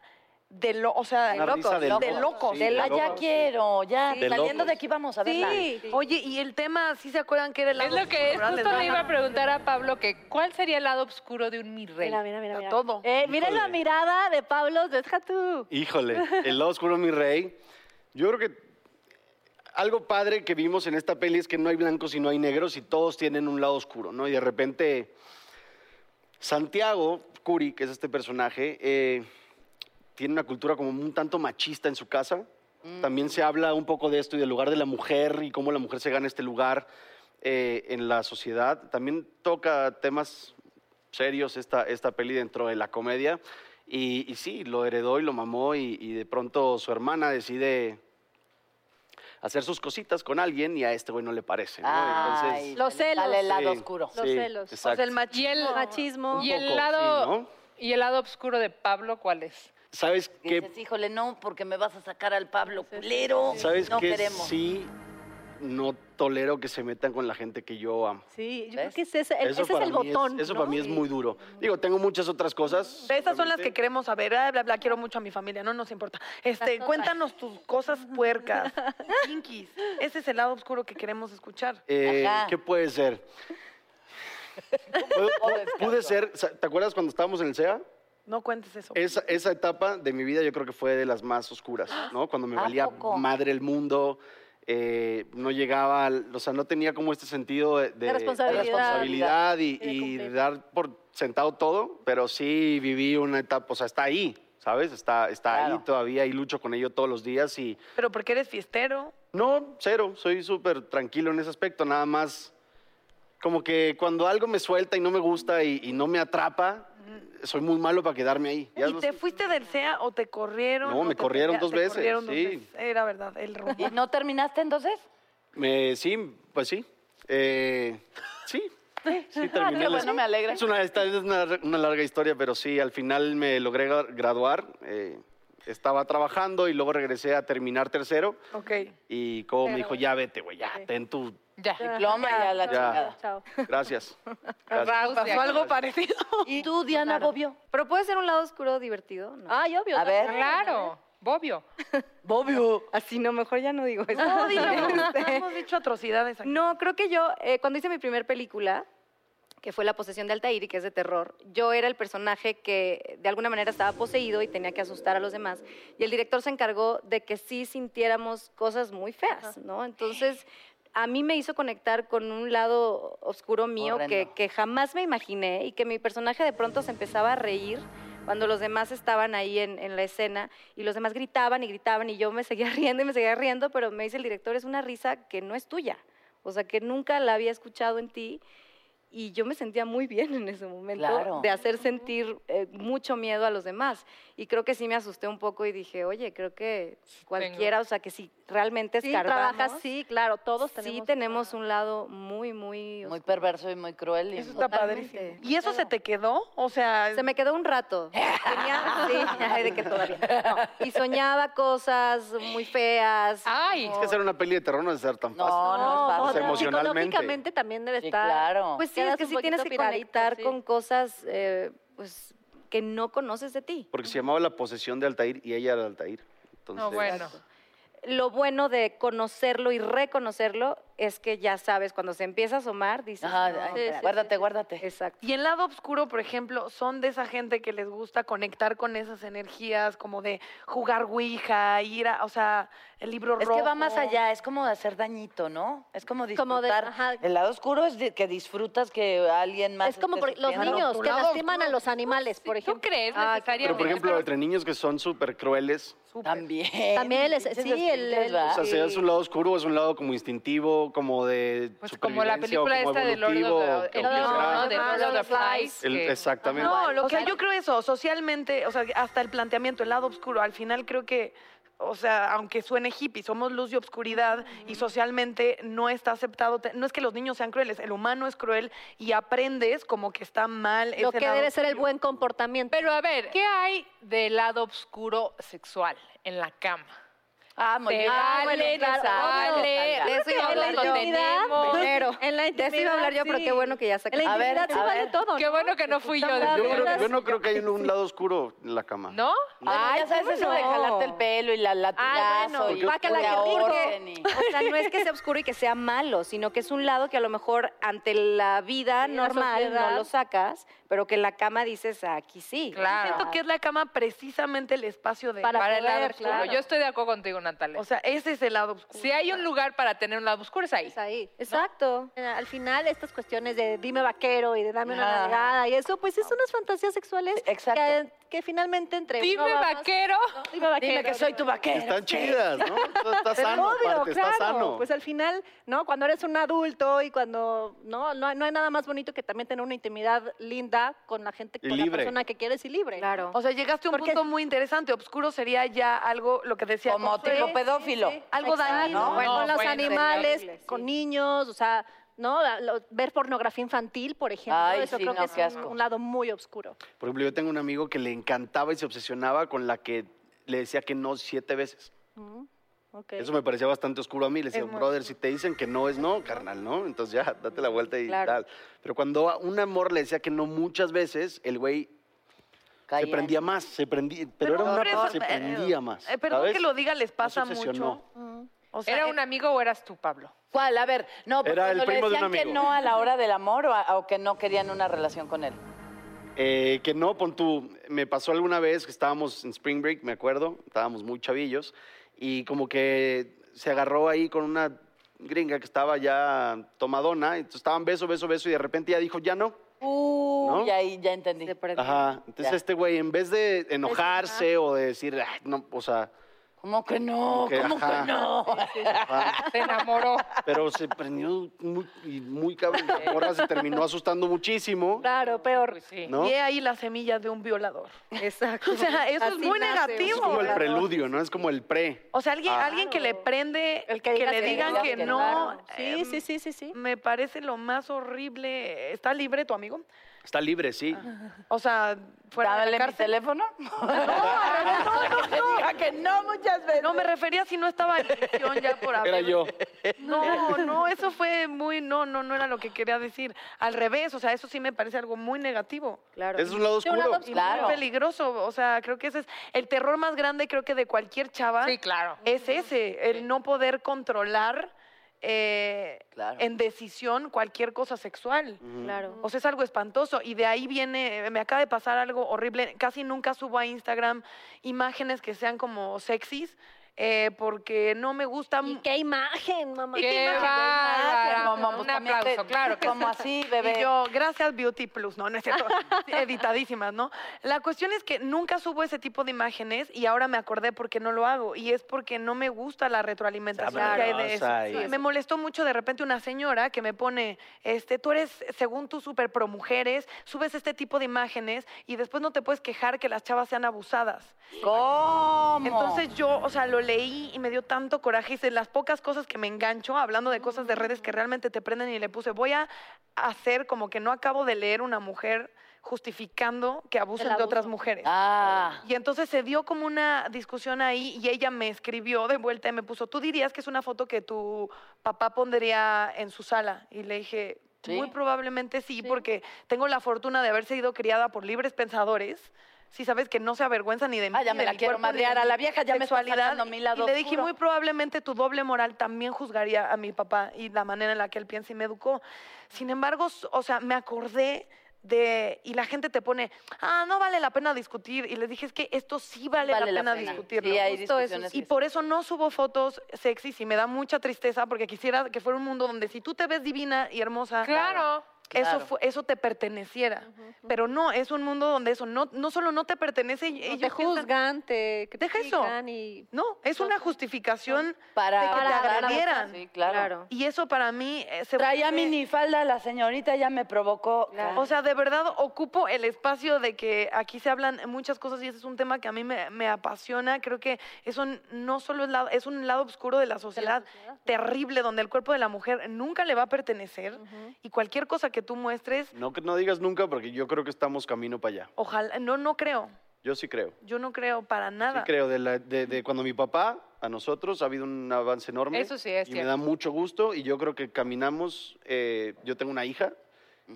S2: de lo, o sea,
S6: Una risa de
S2: de
S6: locos.
S2: locos.
S6: Sí, de
S2: Ah,
S6: locos,
S2: ya
S6: sí.
S2: quiero, ya
S6: De saliendo locos. de aquí vamos a verla.
S2: Sí.
S6: Sí.
S2: Oye, y el tema, ¿sí se acuerdan que era el
S5: Es lo que es. Justo le iba a preguntar a Pablo que cuál sería el lado oscuro de un mi rey.
S10: Mira, mira, mira, mira.
S2: Todo.
S10: Eh, mira la
S9: Híjole.
S10: mirada de Pablo, deja tú.
S9: Híjole, el lado oscuro, mi rey. Yo creo que algo padre que vimos en esta peli es que no hay blancos y no hay negros y todos tienen un lado oscuro, ¿no? Y de repente, Santiago Curi, que es este personaje, eh, tiene una cultura como un tanto machista en su casa. También se habla un poco de esto y del lugar de la mujer y cómo la mujer se gana este lugar eh, en la sociedad. También toca temas serios esta, esta peli dentro de la comedia. Y, y sí, lo heredó y lo mamó y, y de pronto su hermana decide hacer sus cositas con alguien y a este güey no le parece. ¿no? Entonces,
S10: los celos.
S6: sale el lado
S9: Sí,
S6: oscuro.
S9: Los sí, celos. exacto. O sea, el
S2: machismo.
S5: Y el,
S10: machismo.
S5: Y
S9: Un
S5: el
S9: poco,
S5: lado,
S9: sí, ¿no?
S5: y el lado oscuro de Pablo, ¿cuál es?
S9: ¿sabes qué
S6: Dices, híjole, no, porque me vas a sacar al Pablo culero.
S9: ¿Sabes
S6: no
S9: qué?
S6: queremos.
S9: Sí, no tolero que se metan con la gente que yo amo.
S10: Sí, yo creo que es ese, el- ese es
S9: para
S10: el
S9: mí
S10: botón.
S9: eso
S10: ¿no?
S9: para mí es muy duro. Digo, tengo muchas otras cosas.
S2: Esas son las que
S9: obviamente.
S2: queremos saber. Ah, bla, bla, quiero mucho a mi familia, no nos importa. Este, cuéntanos tus cosas puercas, kinkies. Ese es el lado oscuro que queremos escuchar.
S9: Eh, ¿Qué puede ser? Pude- Pude ser, sa- ¿te acuerdas cuando estábamos en el CEA?
S2: No cuentes eso.
S9: Esa, esa etapa de mi vida yo creo que fue de las más oscuras, ¿no? Cuando me valía madre el mundo, eh, no llegaba, al- o sea, no tenía como este sentido de, de-
S10: De responsabilidad.
S9: de responsabilidad y,
S10: Y de
S9: y
S10: cumplir.
S9: dar por sentado todo, pero sí viví una etapa, o sea, está ahí, ¿sabes? Está, está ahí todavía y lucho con ello todos los días y
S2: Pero porque eres fiestero.
S9: no, cero, soy súper tranquilo en ese aspecto, nada más como que cuando algo me suelta y no me gusta y, y no me atrapa, soy muy malo para quedarme ahí. Ya
S2: ¿Y
S9: no
S2: te
S9: sé.
S2: fuiste del CEA o te corrieron?
S9: No,
S2: o
S9: me
S2: te-
S9: corrieron
S2: te
S9: dos veces,
S2: corrieron dos
S9: sí.
S2: veces. Era verdad, el rumbo.
S11: ¿Y no terminaste entonces?
S9: Me- sí, pues sí. Eh, sí, sí
S11: Ah,
S9: terminé.
S11: qué
S9: la-
S11: bueno, me alegra.
S9: Es una, esta es una- una larga historia, pero sí, al final me logré gra- graduar. eh, estaba trabajando y luego regresé a terminar tercero.
S2: Ok.
S9: Y como me
S2: Pero-
S9: dijo, ya vete, güey, ya, ten tu...
S5: Ya.
S11: Diploma y a la
S9: Ya.
S11: chingada.
S4: Chao.
S9: Gracias.
S5: Raus,
S9: Gracias.
S5: Pasó algo
S2: parecido.
S11: ¿Y tú, Diana
S6: Claro.
S11: Bobbio?
S6: Pero puede ser un lado oscuro divertido, ¿no?
S2: Ah,
S4: Ay, obvio.
S11: A ver.
S5: Claro, Bobbio.
S11: Bobbio.
S6: Así no, mejor ya no digo eso.
S2: No, dilo, no,
S6: Este,
S2: hemos dicho atrocidades aquí.
S6: No, creo que yo, eh, cuando hice mi primer película, que fue La posesión de Altair y que es de terror, yo era el personaje que de alguna manera estaba poseído y tenía que asustar a los demás. Y el director se encargó de que sí sintiéramos cosas muy feas, ¿no? Entonces, a mí me hizo conectar con un lado oscuro mío que,
S11: Horrendo.
S6: que jamás me imaginé y que mi personaje de pronto se empezaba a reír cuando los demás estaban ahí en, en la escena y los demás gritaban y gritaban y yo me seguía riendo y me seguía riendo, pero me dice el director, es una risa que no es tuya, o sea, que nunca la había escuchado en ti y yo me sentía muy bien en ese momento
S11: Claro.
S6: de hacer sentir eh, mucho miedo a los demás y creo que sí me asusté un poco y dije, oye, creo que cualquiera, o sea, que si realmente
S4: Sí,
S6: escarbamos,
S4: trabajas, sí, claro, todos tenemos.
S6: sí tenemos un lado muy, muy...
S11: Muy
S6: oscuro.
S11: perverso y muy cruel. y-
S2: Eso está
S6: Totalmente.
S2: padrísimo. ¿Y eso se te quedó? O sea,
S6: Se me quedó un rato. Tenía, sí, ay, de que todavía. No. Y soñaba cosas muy feas.
S5: Ay.
S9: Es que hacer una peli de terror no es ser tan
S11: No,
S9: fácil.
S11: no, es fácil.
S9: no, no. emocionalmente.
S4: Psicológicamente también debe
S11: Sí,
S4: estar.
S11: claro.
S6: Pues sí,
S4: Quedas
S6: es que
S4: un
S6: sí tienes
S4: poquito
S6: que
S4: piradito,
S6: conectar
S4: sí.
S6: con cosas eh, pues, que no conoces de ti.
S9: Porque se llamaba La posesión de Altair y ella era Altair. Entonces,
S5: No, bueno.
S6: Lo bueno de conocerlo y reconocerlo es que ya sabes, cuando se empieza a asomar, dices.
S11: Ajá,
S6: "No,
S11: ay,
S6: espérate".
S11: guárdate, guárdate.
S6: Exacto.
S2: y el lado oscuro, por ejemplo, son de esa gente que les gusta conectar con esas energías, como de jugar Ouija, ir a, o sea, el libro
S11: Es
S2: rojo.
S11: que va más allá, es como de hacer dañito, ¿no? Es como
S4: Como de-
S11: disfrutar.
S4: ajá.
S11: El lado oscuro es de- que disfrutas que alguien más.
S4: Es como
S11: esté
S6: este
S4: por- los
S11: sufriendo.
S4: niños
S5: tu
S4: que
S5: lado
S4: lastiman a
S5: oscuro.
S4: los animales, por
S5: ¿Tú
S4: ejemplo.
S5: crees
S9: Pero, por
S5: necesariamente?
S9: ejemplo, entre niños que son súper Pues, crueles,
S11: También.
S4: También les-
S11: pinches
S4: sí, el-
S11: espinillas,
S4: el-
S9: O
S11: ¿va?
S9: sea,
S4: Sí.
S9: sea, es un lado oscuro, es un lado como instintivo, como de
S5: Pues como la
S9: supervivencia
S5: película
S9: o como
S5: esta de Lord
S9: evolutivo, o
S5: of the,
S9: como
S5: el-
S9: sea.
S5: no, de Lord of the Flies.
S9: El-
S5: que-
S9: exactamente.
S2: No, lo
S11: O
S2: que
S11: sea,
S2: yo creo eso, socialmente, o sea, hasta el planteamiento, el lado oscuro, al final creo que, o sea, aunque suene hippie, somos luz y obscuridad y socialmente no está aceptado, te- no es que los niños sean crueles, el humano es cruel y aprendes como que está mal.
S4: Lo
S2: ese
S4: que
S2: lado
S4: debe ser el
S2: oscuro.
S4: buen comportamiento.
S5: Pero a ver, ¿qué hay del lado oscuro sexual en la cama?
S11: Ah, muy
S5: Te
S11: bien.
S5: vale, te
S11: claro,
S5: sale,
S11: obvio.
S5: de eso iba a
S4: en la
S5: hablar lo
S4: intimidad,
S5: tenemos.
S6: Pero,
S4: en la
S6: de eso iba a hablar yo, pero qué bueno que
S4: En
S6: ya
S4: la
S6: sacaste.
S11: A ver,
S4: intimidad se
S11: a
S4: vale
S11: ver.
S4: todo.
S5: Qué bueno que no fui yo.
S4: Escuchamos
S9: Yo,
S5: desde
S9: creo-
S5: luego.
S9: yo no creo que haya un lado oscuro en la cama.
S5: ¿No?
S11: Bueno, ya sabes eso de jalarte el pelo y la latigazo
S4: Ah, bueno,
S11: y
S4: guácala,
S11: que
S4: qué
S11: la
S4: rico.
S11: orden y-
S6: O sea, no es que sea oscuro y que sea malo, sino que es un lado que a lo mejor ante la vida
S4: Sí, la
S6: normal no
S4: sociedad.
S6: lo sacas, pero que en la cama dices, aquí sí.
S5: Claro.
S2: Siento que es la cama precisamente el espacio de...
S4: Para
S5: Para el lado
S4: poder,
S5: oscuro.
S4: claro.
S5: Yo estoy de acuerdo contigo, Natalia.
S2: O sea, ese es el lado oscuro.
S5: si hay un lugar para tener un lado oscuro, es ahí.
S4: Es Pues ahí.
S6: Exacto.
S4: Eh, Al final, estas cuestiones de dime vaquero y de dame una
S11: Ajá.
S4: nalgada y eso, pues es unas fantasías sexuales
S11: Sí, exacto.
S4: Que, que finalmente entre uno
S5: Dime,
S4: va más-
S5: vaquero.
S4: Dime vaquero.
S11: Dime que soy tu vaquero.
S9: Están chidas, ¿no? Está, está
S4: Pero
S9: sano,
S4: obvio,
S9: aparte,
S4: claro.
S9: está sano.
S5: eh.
S4: Pues al final, ¿no? Cuando eres un adulto y cuando, ¿no? No, hay- no hay nada más bonito que también tener una intimidad linda con la gente,
S9: Y
S4: con la
S9: libre.
S4: persona que quieres y libre.
S6: Claro.
S2: O sea, llegaste a un
S4: Porque-
S2: punto muy interesante. Obscuro sería ya algo, lo que decía.
S11: Como
S2: Consuelo,
S11: tipo pedófilo.
S2: Algo
S4: Exacto.
S2: dañino.
S11: No,
S4: Bueno,
S5: no,
S4: con los
S5: bueno,
S4: animales,
S6: terrible, sí.
S4: con niños, o sea, ¿no? La- lo- ver pornografía infantil, por ejemplo,
S11: Ay,
S4: eso
S11: sí,
S4: creo
S11: no,
S4: que es
S11: qué
S4: un-
S11: asco.
S4: un lado muy oscuro.
S9: Por ejemplo, yo tengo un amigo que le encantaba y se obsesionaba con la que le decía que no siete veces.
S4: Mm, ok.
S9: Eso me parecía bastante oscuro a mí. Le decía, brother, si te dicen que no es no, carnal, ¿no? Entonces ya, date la vuelta y
S6: Claro.
S9: tal. Pero cuando a un amor le decía que no muchas veces, el güey se
S11: Caía.
S9: prendía más, se prendía, pero, era una
S2: hombres,
S9: cosa que se
S2: eh,
S9: prendía más.
S2: eh, perdón
S9: ¿sabes?
S2: que lo diga, les
S9: No se
S2: pasa
S9: obsesionó.
S2: mucho. O sea,
S5: ¿Era
S2: eh,
S5: un amigo o eras tú, Pablo?
S11: ¿Cuál? A ver, no, porque
S9: Era el
S11: cuando le
S9: primo de
S11: decían
S9: un
S11: que
S9: amigo.
S11: no a la hora del amor o, a- o que no querían una relación con él.
S9: Eh, que no, pon tú, me pasó alguna vez que estábamos en Spring Break, me acuerdo, estábamos muy chavillos, y como que se agarró ahí con una gringa que estaba ya tomadona, entonces estaban beso, beso, beso, y de repente ya dijo, ya no,
S6: Uh,
S9: ¿No?
S6: y ahí ya entendí.
S9: Ajá. Entonces
S6: Ya.
S9: este güey, en vez de enojarse o de decir, "Ah, no, o sea,
S6: ¿Cómo que no?
S9: Como que,
S6: ¿Cómo
S9: ajá.
S6: que no?
S9: Ajá.
S5: Se enamoró.
S9: pero se prendió muy, y muy cabrón. La morra se terminó asustando muchísimo.
S2: Claro, peor.
S9: ¿No?
S2: Y he ahí las semillas de un violador.
S8: Exacto.
S2: O sea, eso es
S8: Así
S2: muy
S8: nace un
S2: negativo.
S9: Es como el preludio, ¿no? Es como el pre.
S2: O sea, alguien,
S9: Ah.
S2: alguien que le prende,
S8: El que
S2: que,
S8: diga
S2: le
S8: que
S2: digan
S8: no,
S2: que
S8: que
S2: no. em,
S8: claro.
S2: Sí, sí, sí, sí, sí. Me parece lo más horrible. ¿Está libre tu amigo?
S9: Está libre, sí.
S2: O sea, fuera de la
S6: Dale mi
S2: cárcel.
S6: teléfono.
S2: No, no, no.
S6: Diga que no muchas veces.
S2: No, me refería si no estaba en prisión ya por
S9: Era
S2: haber.
S9: yo.
S2: No, no, eso fue muy, no, no, no era lo que quería decir. Al revés, o sea, eso sí me parece algo muy negativo.
S8: Claro.
S9: Es un lado
S2: Sí, un lado
S9: oscuro.
S2: oscuro y
S6: Claro.
S2: muy peligroso. O sea, creo que ese es el terror más grande, creo que de cualquier chava.
S5: Sí, claro.
S2: Es ese, el no poder controlar eh,
S6: Claro.
S2: en decisión cualquier cosa sexual.
S8: Claro.
S2: O sea, es algo espantoso. Y de ahí viene, eh, me acaba de pasar algo horrible. Casi nunca subo a Instagram imágenes que sean como sexys, eh, porque no me gusta.
S4: ¿Y
S2: mu-
S4: qué imagen, mamá?
S5: Qué
S4: Mm. ¿Qué imagen?
S5: bárbara.
S6: Momo, pues
S5: Un
S6: también te-
S5: aplauso, claro que
S6: Como así, bebé.
S2: Y yo, gracias Beauty Plus, no, no es cierto, editadísimas, ¿no? La cuestión es que nunca subo ese tipo de imágenes y ahora me acordé por qué no lo hago y es porque no me gusta la retroalimentación que hay de eso.
S9: Sabrosa y-
S2: Sí, me molestó mucho de repente una señora que me pone, este, tú eres, según tú, súper pro mujeres, subes este tipo de imágenes y después no te puedes quejar que las chavas sean abusadas.
S6: ¿Cómo?
S2: Entonces yo, o sea, lo leí y me dio tanto coraje. Hice las pocas cosas que me engancho, hablando de cosas de redes que realmente te prenden y le puse, voy a hacer como que no acabo de leer una mujer justificando que abusen de otras mujeres.
S6: Ah.
S2: Y entonces se dio como una discusión ahí y ella me escribió de vuelta y me puso, tú dirías que es una foto que tu papá pondría en su sala. Y le dije,
S6: ¿Sí?
S2: muy probablemente sí, porque tengo la fortuna de haber sido criada por libres pensadores. Sí, sabes que no se avergüenza ni de mí.
S6: Ah, ya
S2: ni
S6: me
S2: de
S6: la
S2: mi
S6: quiero
S2: cuerpo, ni de
S6: madrear. A
S2: mi
S6: la vieja ya me está
S2: sexualidad.
S6: sacando mi lado
S2: Y le dije,
S6: oscuro.
S2: muy probablemente tu doble moral también juzgaría a mi papá y la manera en la que él piensa y me educó. Sin embargo, s- o sea, me acordé de... Y la gente te pone, ah, no vale la pena discutir. Y les dije, es que esto sí vale, la, pena discutirlo.
S6: Sí, hay
S8: Justo eso
S6: discusiones.
S2: Y
S6: que-
S2: por eso no subo fotos sexys y me da mucha tristeza porque quisiera que fuera un mundo donde si tú te ves divina y hermosa,
S5: Claro.
S2: eso,
S6: Claro.
S2: fue- eso te perteneciera. Pero no, es un mundo donde eso no, no solo no te pertenece, y
S8: No
S2: ellos
S8: te
S2: piensan-
S8: juzgan, te
S2: Deja eso.
S8: critican y...
S2: No, es una justificación
S6: Para,
S2: de que te
S8: para-
S2: agredieran.
S6: Sí, claro.
S8: Claro.
S2: Y eso para mí eh, se
S6: Traía
S2: vuelve-
S6: minifalda la señorita, ya me provocó.
S2: O sea, de verdad ocupo el espacio de que aquí se hablan muchas cosas y ese es un tema que a mí me, me apasiona. Creo que eso n- no solo es, la- es un lado oscuro de la sociedad terrible donde el cuerpo de la mujer nunca le va a pertenecer y cualquier cosa que tú muestres,
S9: No, que no digas nunca porque yo creo que estamos camino para allá.
S2: ojalá, no, no creo.
S9: Yo sí creo. Ah.
S2: Yo no creo para
S9: Sí
S2: nada.
S9: creo. De, la- de- de cuando mi papá a nosotros ha habido un avance enorme.
S5: Eso sí es
S9: Y me
S5: cierto.
S9: da mucho gusto y yo creo que caminamos. eh, yo tengo una hija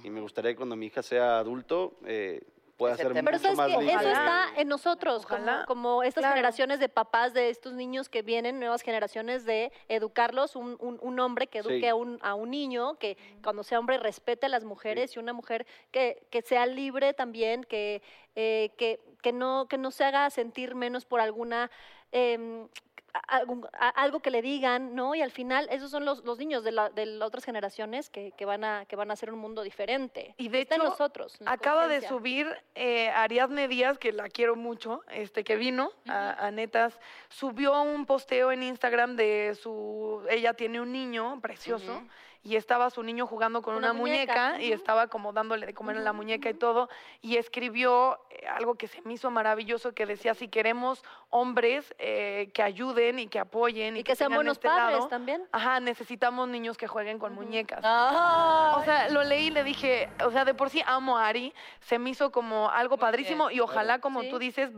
S9: y me gustaría que cuando mi hija sea adulto eh, pueda
S6: Ese
S9: ser
S6: tema.
S4: Pero
S9: mucho
S4: sabes
S9: más
S4: que
S9: libre.
S4: eso está en nosotros,
S2: Ojalá.
S4: como, como estas
S2: Claro.
S4: generaciones de papás de estos niños que vienen, nuevas generaciones de educarlos, un, un- un hombre que eduque
S9: Sí.
S4: a, un, a un niño, que cuando sea hombre respete a las mujeres y una mujer que, que sea libre también, que, eh, que, que no, que no se haga sentir menos por alguna... em, a- algún- a- algo que le digan, ¿no? Y al final, esos son los, los niños de, la- de las otras generaciones que, que van a, que van a hacer un mundo diferente.
S2: Y de
S4: Está en
S2: hecho,
S4: nosotros. en la
S2: Acaba de
S4: conciencia.
S2: subir eh, Ariadne Díaz, que la quiero mucho, este, que vino a, a Netas, subió un posteo en Instagram de su, ella tiene un niño precioso, y estaba su niño jugando con una,
S4: Una
S2: muñeca,
S4: muñeca,
S2: y
S4: ujú.
S2: estaba como dándole de comer a la
S4: Ujú,
S2: muñeca y todo, y escribió eh, algo que se me hizo maravilloso, que decía, si queremos hombres eh, que ayuden y que apoyen y,
S4: Y que sean
S2: tengan
S4: buenos
S2: este
S4: padres
S2: lado,
S4: también.
S2: Ajá, necesitamos niños que jueguen con muñecas.
S6: Ah.
S2: O sea, lo leí y le dije, o sea, de por sí amo a Ari, se me hizo como algo padrísimo y ojalá, como
S4: Sí.
S2: tú dices,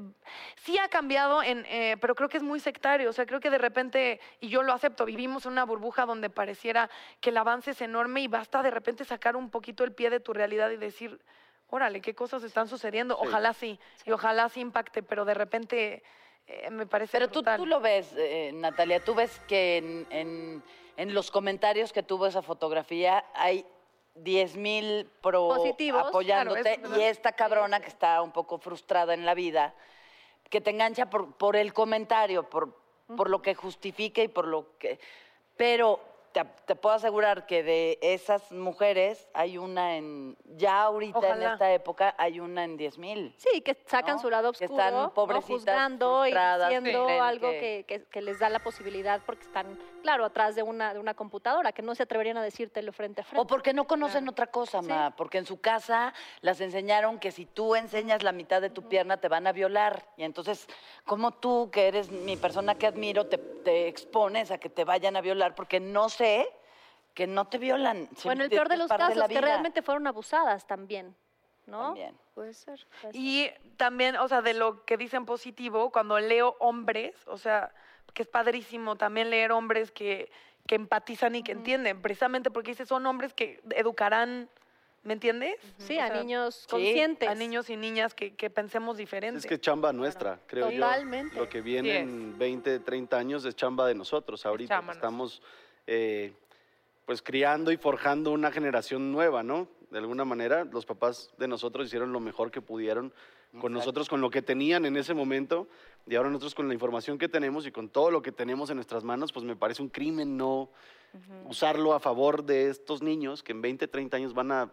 S2: sí ha cambiado, en, eh, pero creo que es muy sectario, o sea, creo que de repente, y yo lo acepto, vivimos en una burbuja donde pareciera que el avance es enorme y basta de repente sacar un poquito el pie de tu realidad y decir, órale, qué cosas están sucediendo,
S9: Sí.
S2: ojalá sí, y ojalá sí impacte, pero de repente eh, me parece...
S6: Pero tú,
S2: brutal.
S6: tú lo ves, eh, Natalia, tú ves que en, en- en los comentarios que tuvo esa fotografía hay 10.000 mil pro
S4: Positivos,
S6: apoyándote
S2: claro, eso es
S6: y esta cabrona que está un poco frustrada en la vida, que te engancha por, por el comentario, por, por lo que justifica y por lo que... Pero te, te puedo asegurar que de esas mujeres hay una en, ya ahorita en
S4: Ojalá.
S6: esta época, hay una en 10 mil.
S4: Sí, que sacan su lado
S6: Que
S4: oscuro,
S6: están
S4: ¿no?
S6: pobrecitas,
S4: juzgando y
S6: frustradas,
S4: diciendo
S6: que creen
S4: algo
S6: que-
S4: que, que- que les da la posibilidad porque están, claro, atrás de una, de una computadora, que no se atreverían a decírtelo frente a frente.
S6: O porque no conocen otra cosa, ma, porque en su casa las enseñaron que si tú enseñas la mitad de tu pierna te van a violar. Y entonces, ¿cómo tú, que eres mi persona que admiro, te, te expones a que te vayan a violar? Porque no sé que no te violan.
S4: Bueno, el
S6: Siempre
S4: peor de
S6: es
S4: los
S6: parte
S4: casos,
S6: la
S4: que
S6: vida.
S4: realmente fueron abusadas también, ¿no?
S6: También.
S4: Puede ser.
S2: Y también, o sea, de lo que dicen positivo, cuando leo hombres, o sea, que es padrísimo también leer hombres que, que empatizan y que entienden, precisamente porque dice, son hombres que educarán, ¿me entiendes?
S4: Sí, a niños conscientes.
S2: A niños y niñas que, que pensemos diferente.
S9: Es que es chamba nuestra, creo
S2: Totalmente.
S9: yo. Lo que viene
S2: Sí es.
S9: en 20, 30 años es chamba de nosotros ahorita.
S2: chamba
S9: que Estamos eh, pues criando y forjando una generación nueva, ¿no? De alguna manera, los papás de nosotros hicieron lo mejor que pudieron con nosotros, con lo que tenían en ese momento, y ahora nosotros con la información que tenemos y con todo lo que tenemos en nuestras manos, pues me parece un crimen no usarlo a favor de estos niños que en 20, 30 años van a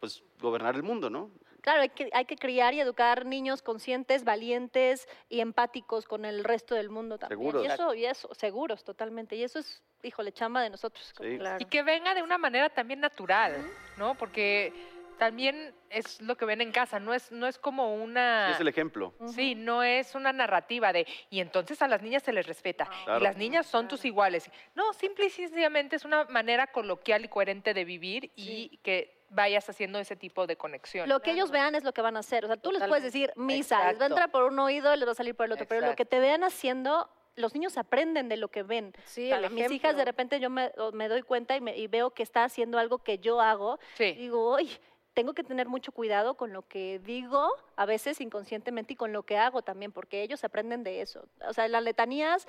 S9: pues gobernar el mundo, ¿no?
S4: Claro, hay que, hay que criar y educar niños conscientes, valientes y empáticos con el resto del mundo también.
S9: Seguros.
S4: Y eso, y eso, seguros totalmente. Y eso es, híjole, chamba de nosotros.
S5: Y que venga de una manera también natural, ¿no? Porque también es lo que ven en casa, no es, no es como una...
S9: Sí, es el ejemplo.
S5: Sí, no es una narrativa de, y entonces a las niñas se les respeta,
S4: Ah,
S9: Claro.
S5: y las niñas son tus iguales. No, simple y sencillamente es una manera coloquial y coherente de vivir y que vayas haciendo ese tipo de conexión.
S4: Lo que ellos vean es lo que van a hacer. O sea, tú les puedes decir misa, les va a
S5: Exacto.
S4: entrar por un oído y les va a salir por el otro. Pero lo
S5: Exacto.
S4: que te vean haciendo, los niños aprenden de lo que ven.
S12: Sí,
S4: O sea,
S12: el
S4: mis
S12: ejemplo.
S4: hijas de repente yo me, o me doy cuenta y, me- y veo que está haciendo algo que yo hago.
S5: Sí.
S4: Digo, uy, tengo que tener mucho cuidado con lo que digo, a veces inconscientemente, y con lo que hago también, porque ellos aprenden de eso. O sea, las letanías.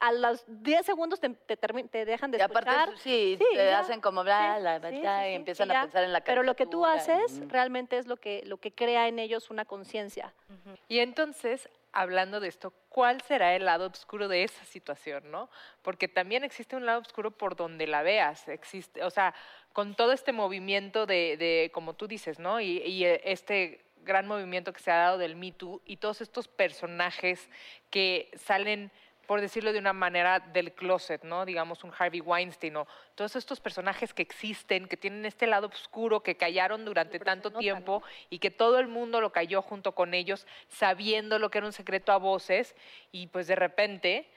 S4: A los 10 segundos te, te termi- te dejan de
S13: Y aparte,
S4: escuchar.
S13: sí, te
S4: ya.
S13: hacen como bla, bla, bla,
S4: sí,
S13: bla,
S4: sí,
S13: y
S4: sí,
S13: empiezan
S4: y
S13: a
S4: ya.
S13: pensar en la
S4: Pero lo que tú
S13: caricatura.
S4: haces realmente es lo que, lo que crea en ellos una conciencia.
S5: Y entonces, hablando de esto, ¿cuál será el lado oscuro de esa situación, no? Porque también existe un lado oscuro por donde la veas, existe, o sea, con todo este movimiento de, de, como tú dices, ¿no? Y, y este gran movimiento que se ha dado del Me Too y todos estos personajes que salen por decirlo de una manera, del closet, ¿no? Digamos, un Harvey Weinstein o todos estos personajes que existen, que tienen este lado oscuro, que callaron durante tanto tiempo y que todo el mundo lo cayó junto con ellos, sabiendo lo que era un secreto a voces, y pues de repente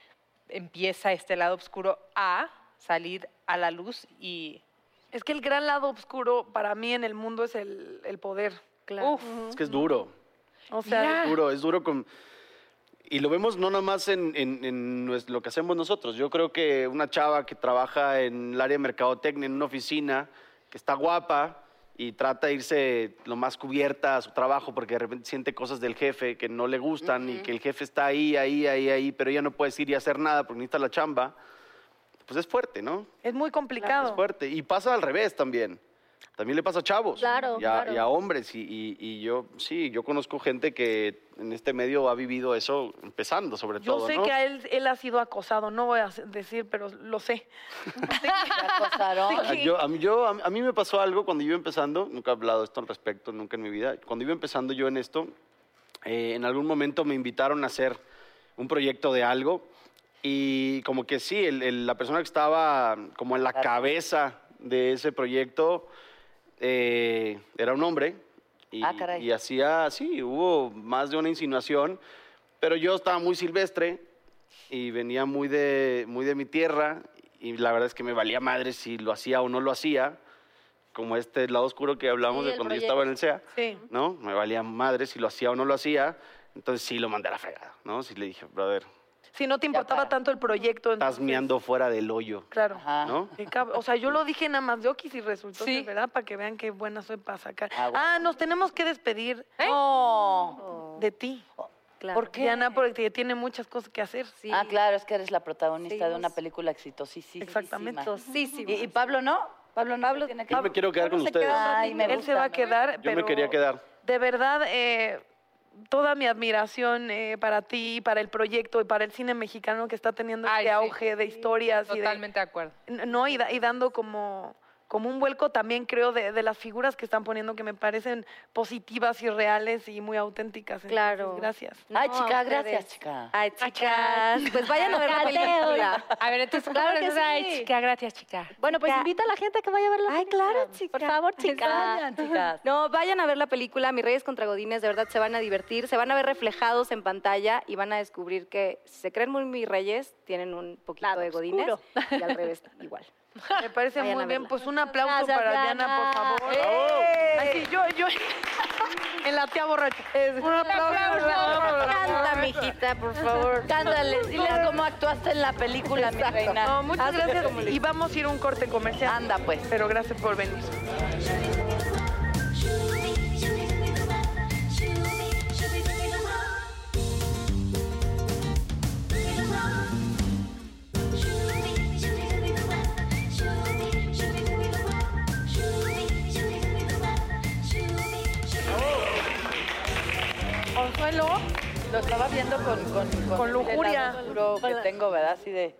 S5: empieza este lado oscuro a salir a la luz y...
S2: Es que el gran lado oscuro para mí en el mundo es el, el poder. Claro.
S9: Es que es duro.
S2: O sea,
S9: Es duro, es duro con... Y lo vemos no nomás en, en- en nues- lo que hacemos nosotros. Yo creo que una chava que trabaja en el área de mercadotecnia, en una oficina, que está guapa y trata de irse lo más cubierta a su trabajo porque de repente siente cosas del jefe que no le gustan y que el jefe está ahí, ahí, ahí, ahí, pero ella no puede ir y hacer nada porque necesita la chamba, pues es fuerte, ¿no?
S2: es muy complicado.
S9: Es fuerte. Y pasa al revés también. También le pasa a chavos.
S2: Claro,
S9: Y a,
S2: claro.
S9: y a hombres. Y, y- y yo, sí, yo conozco gente que en este medio ha vivido eso empezando, sobre
S2: Yo
S9: todo.
S2: sé
S9: ¿no?
S2: que a él, él ha sido acosado, no voy a decir, pero lo sé.
S9: Ah, yo- a, mí, yo- a mí- a mí me pasó algo cuando yo iba empezando, nunca he hablado de esto al respecto, nunca en mi vida. Cuando iba empezando yo en esto, eh, en algún momento me invitaron a hacer un proyecto de algo y como que sí, el- el- la persona que estaba como en la cabeza de ese proyecto eh, era un hombre y,
S13: Ah, caray.
S9: y hacía, sí, hubo más de una insinuación, pero yo estaba muy silvestre y venía muy de, muy de mi tierra y la verdad es que me valía madre si lo hacía o no lo hacía, como este lado oscuro que hablamos
S2: Sí,
S9: de
S2: el
S9: cuando yo estaba en el CEA.
S2: Sí.
S9: ¿no? Me valía madre si lo hacía o no lo hacía. Entonces sí lo mandé a la fregada, ¿no? Sí le dije, brother,
S2: Si no te importaba tanto el proyecto,
S9: estás
S2: entonces,
S9: meando fuera del hoyo,
S2: Claro.
S4: Ah.
S9: ¿no?
S2: Qué cab- O sea, yo lo dije nada más de Oquis y resultó de verdad para que vean qué buena soy para sacar. Ah, nos tenemos que despedir
S4: ¿Eh?
S2: de ti.
S13: ¿Por qué?
S2: Diana, porque tiene muchas cosas que hacer.
S13: Ah, claro, es que eres la protagonista de una
S2: Seguimos.
S13: película exitosísima.
S2: Exactamente.
S13: Y, y Pablo no. Pablo no. Pablo tiene
S9: Yo me quiero quedar con ustedes.
S13: Ay, me
S2: Él se va a quedar,
S9: Yo
S2: pero
S9: me quería quedar.
S2: de verdad eh, toda mi admiración eh, para ti, para el proyecto y para el cine mexicano que está teniendo
S14: Ay,
S2: este
S14: sí.
S2: auge de historias.
S14: Totalmente
S2: y de,
S14: acuerdo.
S2: No, y, da- y dando como, como un vuelco también, creo, de, de las figuras que están poniendo que me parecen positivas y reales y muy auténticas. Entonces,
S8: Claro.
S2: Gracias.
S6: Ay,
S8: No,
S6: chica,
S8: a ustedes.
S6: gracias, chica.
S8: Ay, chicas. Pues vayan a ver la
S4: Cateo.
S8: película.
S14: A ver, entonces,
S4: Claro
S14: ¿cómo
S4: que
S14: les vas a- Ay,
S4: sí.
S14: chica, gracias, chica.
S4: Bueno, pues
S8: Ya.
S4: invita a la gente a que vaya a verla.
S8: Ay, claro, chicas.
S4: Por favor, chicas.
S8: Vayan, chicas. No, vayan a ver la película Mis Reyes contra Godines, de verdad se van a divertir, se van a ver reflejados en pantalla y van a descubrir que si se creen muy mis reyes, tienen un poquito
S4: Lado
S8: de Godines
S4: oscuro.
S8: y al revés igual.
S2: Me parece
S8: Vayan
S2: muy
S8: a
S2: bien.
S8: verla.
S2: Pues un aplauso
S4: Gracias,
S2: para
S4: Diana.
S2: Diana, por favor.
S6: ¡Oh!
S4: ¡Eh!
S2: Así, yo, yo. en la tía borracha. Un aplauso.
S8: Canta, mijita, por favor.
S6: Cándales, diles cómo actuaste en la película, mi reina.
S2: No, muchas
S6: Hazlo
S2: gracias.
S6: como le-
S2: Y vamos a ir a un corte comercial.
S6: Anda, pues.
S2: Pero gracias por venir. Consuelo.
S6: Lo estaba viendo con, con, con,
S2: Con lujuria.
S6: el lado oscuro que tengo, ¿verdad? Así de.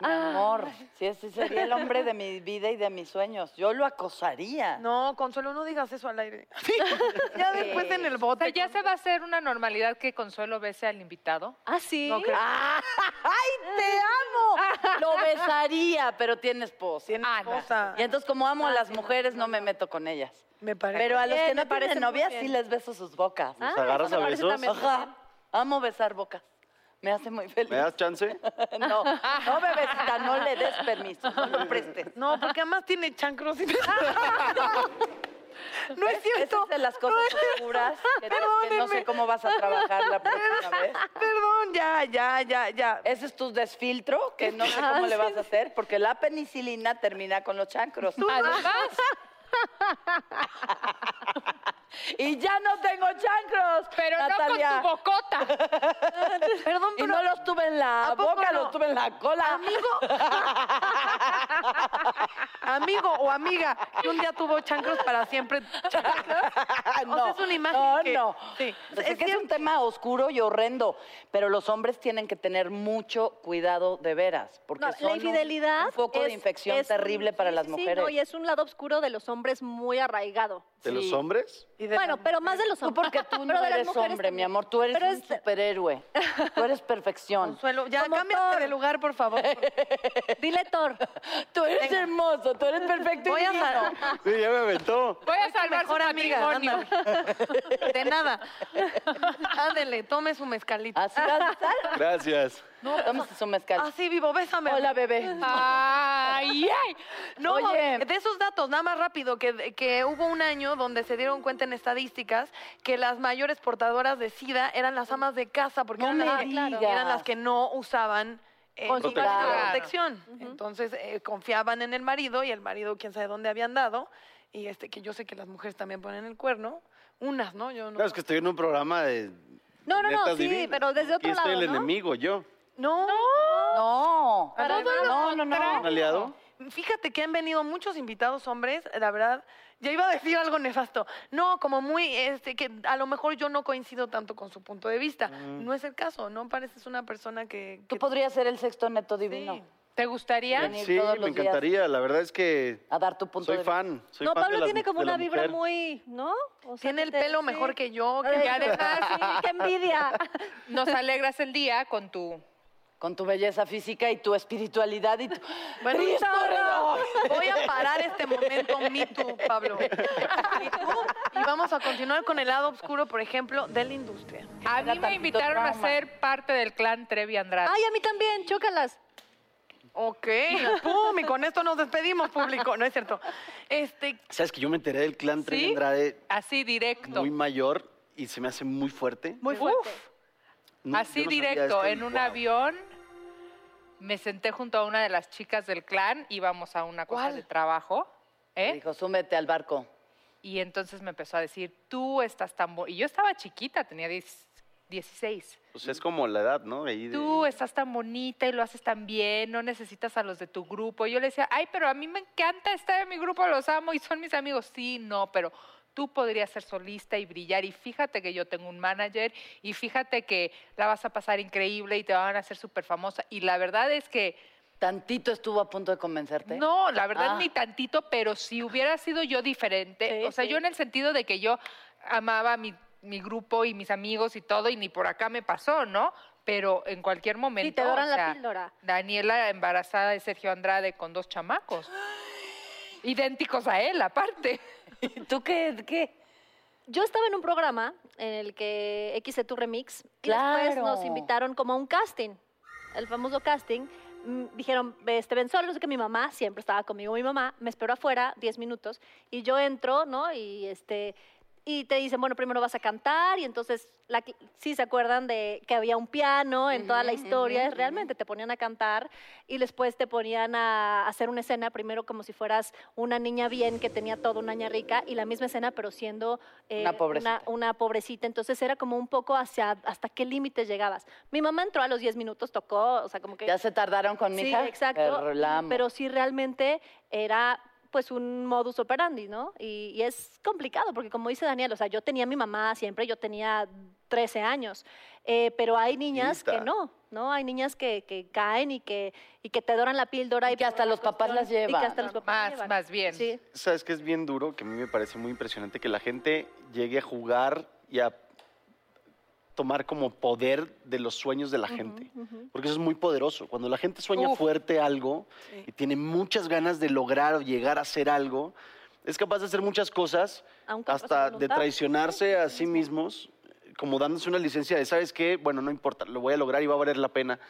S6: Mi
S2: Ah.
S6: amor, si ese sería el hombre de mi vida y de mis sueños, yo lo acosaría.
S2: No, Consuelo, no digas eso al aire. ya después en el
S14: O sea,
S2: bote.
S14: ya se va a hacer una normalidad que Consuelo bese al invitado.
S4: Ah, sí.
S14: No creo.
S6: ¡Ah! ¡Ay, te amo! Lo besaría, pero tiene esposo.
S14: Ah, no.
S2: Cosa.
S6: Y entonces, como amo a las mujeres, no me meto con ellas.
S2: Me parece.
S6: Pero a los
S4: bien,
S6: que
S4: me
S6: no
S4: parece
S6: tienen
S4: muy
S6: novia,
S4: bien.
S6: sí les beso sus bocas.
S4: Ah,
S9: ¿Nos agarras a besos?
S6: Ajá. Amo besar bocas. Me hace muy feliz.
S9: ¿Me das chance?
S6: No, no, bebecita, no le des permiso, no lo prestes.
S2: No, porque además tiene chancros. y- no es
S6: ¿Ves? Esa
S2: cierto.
S6: es de las cosas seguras que, tienes que no sé
S2: Perdónenme.
S6: cómo vas a trabajar la próxima vez.
S2: Perdón, ya, ya, ya, ya. Ah,
S6: Ese es tu desfiltro, que no sé cómo le vas a hacer, porque la penicilina termina con los chancros.
S14: Además,
S6: Y ya no tengo chancros,
S14: pero
S6: Natalia.
S14: no con tu bocota.
S2: Perdón,
S6: Y no los tuve en la
S2: ¿A poco
S6: boca,
S2: no?
S6: los tuve en la cola.
S2: amigo o amiga que un día tuvo chancros para siempre.
S6: no,
S2: O sea, es una imagen
S6: no,
S2: que-
S6: no.
S2: sí.
S6: O sea,
S2: Es
S6: que es un tema oscuro y horrendo, pero los hombres tienen que tener mucho cuidado de veras, porque
S4: No,
S6: son
S4: la
S6: un-
S4: infidelidad
S6: un, poco de
S4: es-
S6: infección
S4: es un-
S6: terrible para
S4: sí,
S6: las
S4: sí,
S6: mujeres.
S4: Sí, no, y es un lado oscuro de los hombres muy arraigado.
S9: ¿De los
S6: Sí.
S9: hombres?
S2: Y de
S4: Bueno,
S2: la-
S4: pero más de los
S6: Tú
S4: hombres.
S6: porque tú
S4: Pero
S6: no
S4: de las
S6: eres
S4: mujeres
S6: hombre, mi
S4: también.
S6: amor, tú eres
S4: Pero
S6: un
S4: es-
S6: superhéroe. Tú eres perfección.
S2: Consuelo, ya
S4: Como
S2: cámbiate
S4: Thor.
S2: de lugar, por favor.
S4: Dile Thor.
S6: Tú eres hermoso, tú eres perfecto. y
S2: Voy a
S6: divino.
S2: sal-
S9: Sí, ya me aventó.
S14: Voy a salvar su
S2: mejor amiga,
S14: matrimonio.
S2: De nada. Ándele, tome su mezcalito.
S6: Así vas a estar.
S9: Gracias.
S6: Tómese su mezcal.
S2: Así Ah, vivo, bésame.
S6: Hola, bebé.
S4: Ah.
S14: Ay, ay.
S2: No,
S6: Oye.
S2: de esos datos, nada más rápido, que, que hubo un año donde se dieron cuenta en estadísticas que las mayores portadoras de SIDA eran las amas de casa, porque
S6: No
S2: eran, las
S6: me
S2: que,
S6: digas.
S2: eran las que no usaban eh,
S6: Con su
S2: ninguna
S6: cara.
S2: protección. Entonces eh, confiaban en el marido y el marido quién sabe dónde habían dado. Y este, que yo sé que las mujeres también ponen el cuerno. Unas, ¿no? Yo no.
S9: No, es que estoy en un programa de.
S4: No, no, no,
S9: netas
S4: sí,
S9: divinas.
S4: pero desde otro
S9: Aquí estoy
S4: lado,
S9: el
S4: ¿no?
S9: enemigo, yo.
S2: No.
S6: No.
S2: Para
S6: No, no,
S9: ¿Un
S6: no.
S9: aliado?
S2: Fíjate que han venido muchos invitados hombres, la verdad, ya iba a decir algo nefasto. No, como muy, este, que a lo mejor yo no coincido tanto con su punto de vista. No es el caso, ¿no? Pareces una persona que...
S6: Tú
S2: que-
S6: podrías ser el sexto neto divino.
S2: sí.
S14: ¿Te gustaría?
S6: Venir
S9: Sí,
S6: todos los
S9: me
S6: días.
S9: encantaría. La verdad es que.
S6: A dar tu punto
S9: Soy
S6: de vista.
S9: fan. Soy
S4: No,
S9: fan de
S4: Pablo
S9: las-
S4: tiene como
S9: de la
S4: una vibra
S9: mujer.
S4: muy, ¿no? O sea,
S2: Tiene
S4: que
S2: el
S4: te-
S2: pelo
S4: sí.
S2: mejor que yo, que
S4: Ay,
S2: ya de-
S4: sí, qué envidia.
S14: Nos alegras el día con tu...
S6: Con tu belleza física y tu espiritualidad y tu...
S4: ¿Eh?
S2: Bueno,
S6: ¡Cristo
S2: chao.
S6: Redentor!
S2: voy a parar este momento Me Too, Pablo. Me Too, y vamos a continuar con el lado oscuro, por ejemplo, de la industria.
S14: A mí
S6: Era
S14: me
S6: tantito
S14: invitaron a
S6: trauma.
S14: ser parte del clan Trevi Andrade.
S4: Ay, a mí también, chócalas.
S2: Ok, pum, y con esto nos despedimos, público. No es cierto. Este,
S9: ¿Sabes que yo me enteré del clan Trevi
S14: ¿Sí?
S9: Andrade
S14: Así directo.
S9: muy mayor y se me hace muy fuerte?
S2: muy fuerte.
S9: No,
S14: Así
S9: yo no sabía
S14: directo,
S9: esto y
S14: en un
S9: guau.
S14: avión. Me senté junto a una de las chicas del clan, íbamos a una cosa
S2: ¿Cuál?
S14: de trabajo,
S6: Me
S14: ¿eh?
S6: Dijo, súmete al barco.
S14: Y entonces me empezó a decir, tú estás tan bonita. Y yo estaba chiquita, tenía 10 16.
S9: Pues es como la edad, ¿no? Ahí de-
S14: Tú estás tan bonita y lo haces tan bien, no necesitas a los de tu grupo. Y yo le decía, ay, pero a mí me encanta estar en mi grupo, los amo y son mis amigos. Sí, no, pero
S5: tú podrías ser solista y brillar y fíjate que yo tengo un manager y fíjate que la vas a pasar increíble y te van a hacer súper famosa. Y la verdad es que...
S6: ¿Tantito estuvo a punto de convencerte?
S5: No, la verdad ni tantito, pero si hubiera sido yo diferente,
S6: Sí,
S5: o sea,
S6: sí.
S5: yo en el sentido de que yo amaba mi, mi grupo y mis amigos y todo, y ni por acá me pasó, ¿no? Pero en cualquier momento...
S4: Sí, te doran
S5: o
S4: la
S5: sea,
S4: píldora.
S5: Daniela embarazada de Sergio Andrade con dos chamacos. Idénticos a él, aparte.
S6: ¿Tú qué, qué?
S4: Yo estaba en un programa en el que X tu remix y después
S6: Claro.
S4: nos invitaron como a un casting, el famoso casting. Mm, Dijeron, este, ven solo, no sé que mi mamá siempre estaba conmigo, mi mamá me esperó afuera 10 minutos y yo entro, ¿no? Y este y te dicen, bueno, primero vas a cantar y entonces la, cl- sí se acuerdan de que había un piano en toda la
S8: Ujú,
S4: historia,
S8: ujú,
S4: realmente te ponían a cantar y después te ponían a hacer una escena, primero como si fueras una niña bien que tenía todo, una niña rica y la misma escena pero siendo eh,
S6: Una pobrecita.
S4: Una, una pobrecita. Entonces era como un poco hacia hasta qué límites llegabas. Mi mamá entró a los 10 minutos, tocó, o sea, como que.
S6: ¿Ya se tardaron con mi
S4: sí,
S6: hija?
S4: exacto.
S6: Pero la amo.
S4: Pero sí realmente era pues un modus operandi, ¿no? Y, y es complicado, porque como dice Daniel, o sea, yo tenía a mi mamá siempre, yo tenía 13 años, eh, pero hay niñas que
S6: Chiquita.
S4: no, ¿no? Hay niñas que, que caen y que, y que te doran la píldora. Y, que hasta los papás
S6: las
S4: Y que
S6: llevan.
S4: hasta los papás
S5: Más,
S4: las llevan.
S5: más bien.
S4: Sí.
S9: ¿Sabes que es bien duro? Que a mí me parece muy impresionante que la gente llegue a jugar y a tomar como poder de los sueños de la gente. Porque eso es muy poderoso. Cuando la gente sueña
S15: Uf.
S9: fuerte algo y tiene muchas ganas de lograr o llegar a hacer algo, es capaz de hacer muchas cosas,
S4: Aunque pase
S9: hasta de
S4: voluntad.
S9: traicionarse a sí mismos, como dándose una licencia de, ¿sabes qué? Bueno, no importa, lo voy a lograr y va a valer la pena.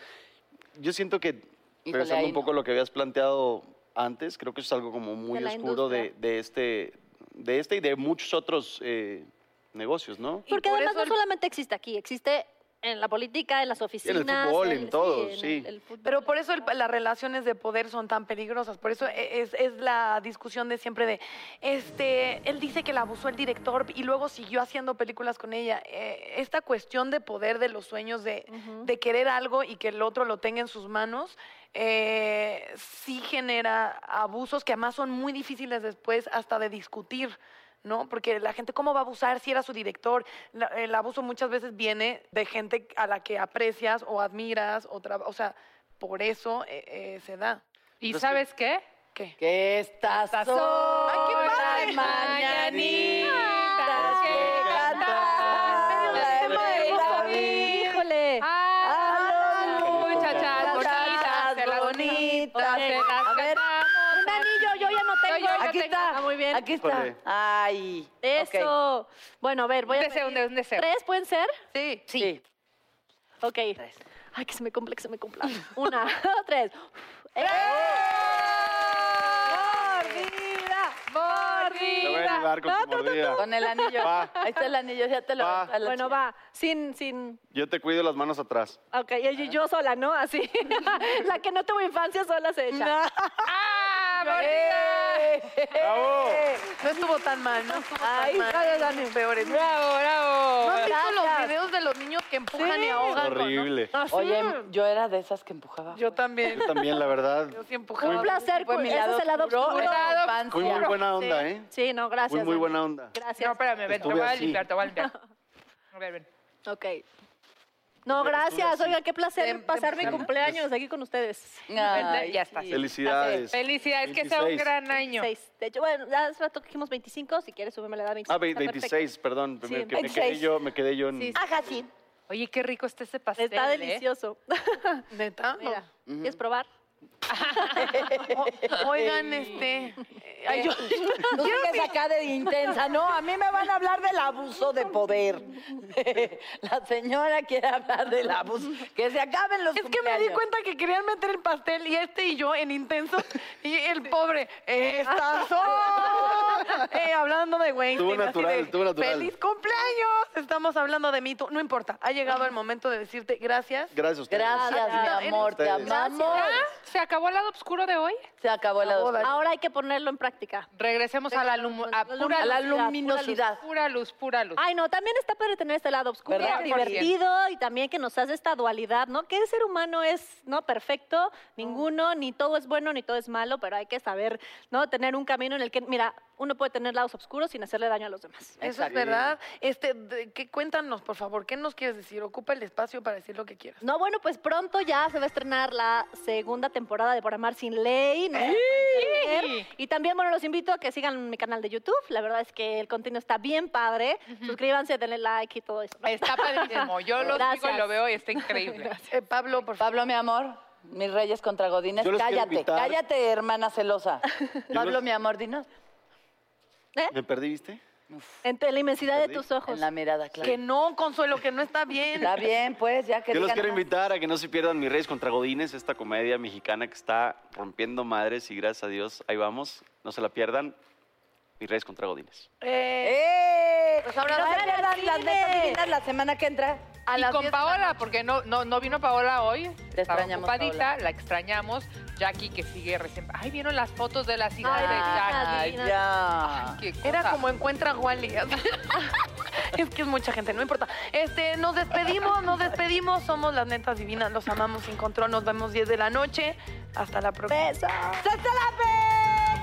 S9: Yo siento que, regresando
S6: ahí
S9: un poco a lo que habías planteado antes, creo que eso es algo como muy
S6: De la
S9: oscuro de, de este, de este y de muchos otros eh, negocios, ¿no?
S4: Porque además no solamente existe aquí, existe en la política, en las
S9: En
S4: oficinas.
S9: el fútbol, en todo,
S4: en
S9: sí.
S4: el- el fútbol.
S2: Pero por eso el- las relaciones de poder son tan peligrosas. Por eso e- es, es la discusión de siempre de, este, él dice que la abusó el director y luego siguió haciendo películas con ella. Eh, esta cuestión de poder de los sueños, de, de querer algo y que el otro lo tenga en sus manos, eh, sí genera abusos que además son muy difíciles después hasta de discutir. ¿no? Porque la gente, ¿cómo va a abusar si era su director? La- el abuso muchas veces viene de gente a la que aprecias o admiras, o, tra- o sea, por eso eh, eh, se da.
S5: ¿Y sabes qué?
S2: ¿Qué?
S6: Que estas
S5: Estas
S6: son
S5: son
S6: las
S5: las
S6: mañanitas que
S5: cantan
S6: la reina Viva.
S4: Híjole.
S5: Ah, muchachas
S6: Muchachas
S5: bonitas, se las
S6: bonitas.
S5: se Ah, las
S6: A ver,
S5: cantamos.
S4: Un anillo, yo ya no tengo.
S5: yo ya
S6: Aquí
S5: tengo.
S6: está.
S4: Ah, muy bien.
S6: Aquí está.
S9: Híjole.
S6: Ay.
S4: Eso. Bueno, a ver, voy
S5: Un
S4: a.
S5: deseo,
S4: pedir-
S5: un deseo.
S4: ¿Tres pueden ser?
S5: Sí.
S6: Sí.
S4: Ok. Ay, que se me cumpla, que se me cumpla. Una, tres. ¡Eh!
S6: Mordida.
S9: Te voy a ayudar con tu mordida.
S6: Con el anillo.
S9: Va.
S6: Ahí está el anillo, ya te lo
S9: Va.
S6: aventó a la
S4: Bueno,
S6: chica.
S4: va. Sin, sin.
S9: Yo te cuido las manos atrás.
S4: Ok, y- y yo sola, ¿no? Así. la que no tuvo infancia sola se echa.
S5: ¡Ah,
S6: ¡Eh!
S9: ¡Bravo!
S2: No estuvo tan mal, ¿no? estuvo tan
S4: Ay,
S2: mal.
S4: gracias, Dani.
S2: Peores.
S5: bonita! ¡Bravo,
S2: ¿No han
S5: bravo!
S2: visto los
S4: Gracias.
S2: videos de los niños que empujan y ahogan? con-
S9: Horrible.
S4: Así.
S6: Oye, yo era de esas que empujaba.
S2: Yo también.
S9: Yo también, la verdad.
S2: Yo sí empujaba.
S4: Un placer,
S6: Fue
S4: cu-
S6: mi
S4: ese
S6: lado
S4: es el lado
S6: oscuro
S4: oscuro.
S6: de la
S5: Lado
S6: infancia.
S9: Fui muy buena onda,
S2: Sí.
S9: ¿eh?
S4: Sí, no,
S9: Fui
S4: gracias.
S9: muy
S4: Dani.
S9: buena onda.
S5: No,
S4: Gracias.
S5: espérame, ven, te
S9: Estuve
S5: voy a
S9: así.
S5: limpiar, te voy a limpiar. A ver, ven.
S4: Ok. No, gracias. Oiga, qué placer
S9: Em,
S5: Tem-
S4: pasar mi
S5: temprano.
S4: cumpleaños aquí con ustedes.
S6: Ay,
S5: Ya está.
S6: sí.
S9: Felicidades.
S5: Felicidades, que sea un
S9: 26.
S5: gran año.
S4: Seis. De hecho, bueno, ya hace rato que dijimos 25. Si quieres, súbeme la edad 26.
S9: Ah, ve-
S4: está perfecto.
S9: 26, perdón.
S4: Sí,
S9: me, que- me quedé
S6: 26.
S9: yo, me quedé yo en...
S4: Sí, sí.
S6: Ajá, sí.
S5: Oye, qué rico está ese pastel.
S4: Está
S5: ¿eh?
S4: delicioso.
S2: ¿Neta? No.
S4: Mira, ¿quieres probar?
S2: Oigan, este... Ay, yo-
S6: Tú sigues acá de intensa. No, a mí me van a hablar del abuso de poder. La señora quiere hablar del abuso. Que se acaben los
S2: Es que me di
S6: cumpleaños.
S2: cuenta que querían meter el pastel y este y yo en intenso y el pobre "Eh, está Eh, hablando de güey.
S9: Estuvo natural, estuvo natural.
S2: Feliz cumpleaños. Estamos hablando de mí, tú. No importa. Ha llegado el momento de decirte gracias.
S9: Gracias a ustedes.
S6: Gracias, mi
S9: Gracias a
S6: amor, te
S9: ustedes.
S6: amamos.
S5: ¿Se acabó el lado oscuro de hoy?
S6: Se acabó la dos.
S4: Ahora hay que ponerlo en práctica.
S5: Regresemos a la, lum- a
S4: La
S5: pura
S6: a la
S5: luz,
S6: luminosidad.
S5: Pura luz, pura luz.
S4: Ay, no, también está padre tener este lado oscuro,
S6: ¿Verdad?
S4: divertido y también que nos hace esta dualidad, ¿no? Que el ser humano es, ¿no? Perfecto, ninguno, ni todo es bueno, ni todo es malo, pero hay que saber, ¿no? Tener un camino en el que, mira, uno puede tener lados oscuros sin hacerle daño a los demás.
S2: Eso es verdad. Este, de- ¿qué, cuéntanos, por favor, ¿qué nos quieres decir? Ocupa el espacio para decir lo que quieras.
S4: No, bueno, pues pronto ya se va a estrenar la segunda temporada de Por Amar Sin Ley. ¿no? pueden perder. Y también, bueno, los invito a que sigan mi canal de YouTube. La verdad es que el contenido está bien padre. Suscríbanse, denle like y todo eso. ¿no?
S5: Está padrísimo. Yo lo sigo y
S4: Gracias.
S5: lo veo y está increíble.
S2: Eh, Pablo, por
S7: Pablo, mi amor, mis reyes contra Godines,
S9: Yo los quiero
S7: cállate,
S9: invitar-
S7: cállate, hermana celosa. Pablo,
S9: los-
S7: mi amor, dinos.
S9: ¿Me perdí, viste?
S4: Entre la inmensidad de tus ojos.
S7: En la mirada, claro.
S2: Que no, Consuelo, que no está bien.
S7: Está bien, pues, ya que
S9: Yo los
S7: digan
S9: quiero
S7: más.
S9: invitar a que no se pierdan Mis Reyes contra Godines, esta comedia mexicana que está rompiendo madres y gracias a Dios ahí vamos. No se la pierdan. Mis Reyes contra Godines.
S2: Eh,
S7: ¡Eh!
S2: Pues ahora
S7: no se
S2: vayan al
S7: pierdan las
S2: cine.
S7: netas divinas la semana que entra.
S2: a
S5: y
S2: las
S5: con
S2: 10 de la
S5: Paola,
S2: noche.
S5: porque no, no, no vino Paola hoy.
S7: Te
S5: estaba
S7: extrañamos,
S5: ocupadita,
S7: Paola.
S5: la extrañamos. Jackie que sigue recién. Ay, vieron las fotos de las hijas de Jackie.
S7: Ay, ya.
S5: Ay, qué cosa.
S2: Era como encuentra a Wally. es que es mucha gente, no importa. Este, nos despedimos, nos despedimos. Somos las netas divinas, los amamos sin control. Nos vemos 10 de la noche. Hasta la próxima.
S7: ¡Besos! ¡Hasta la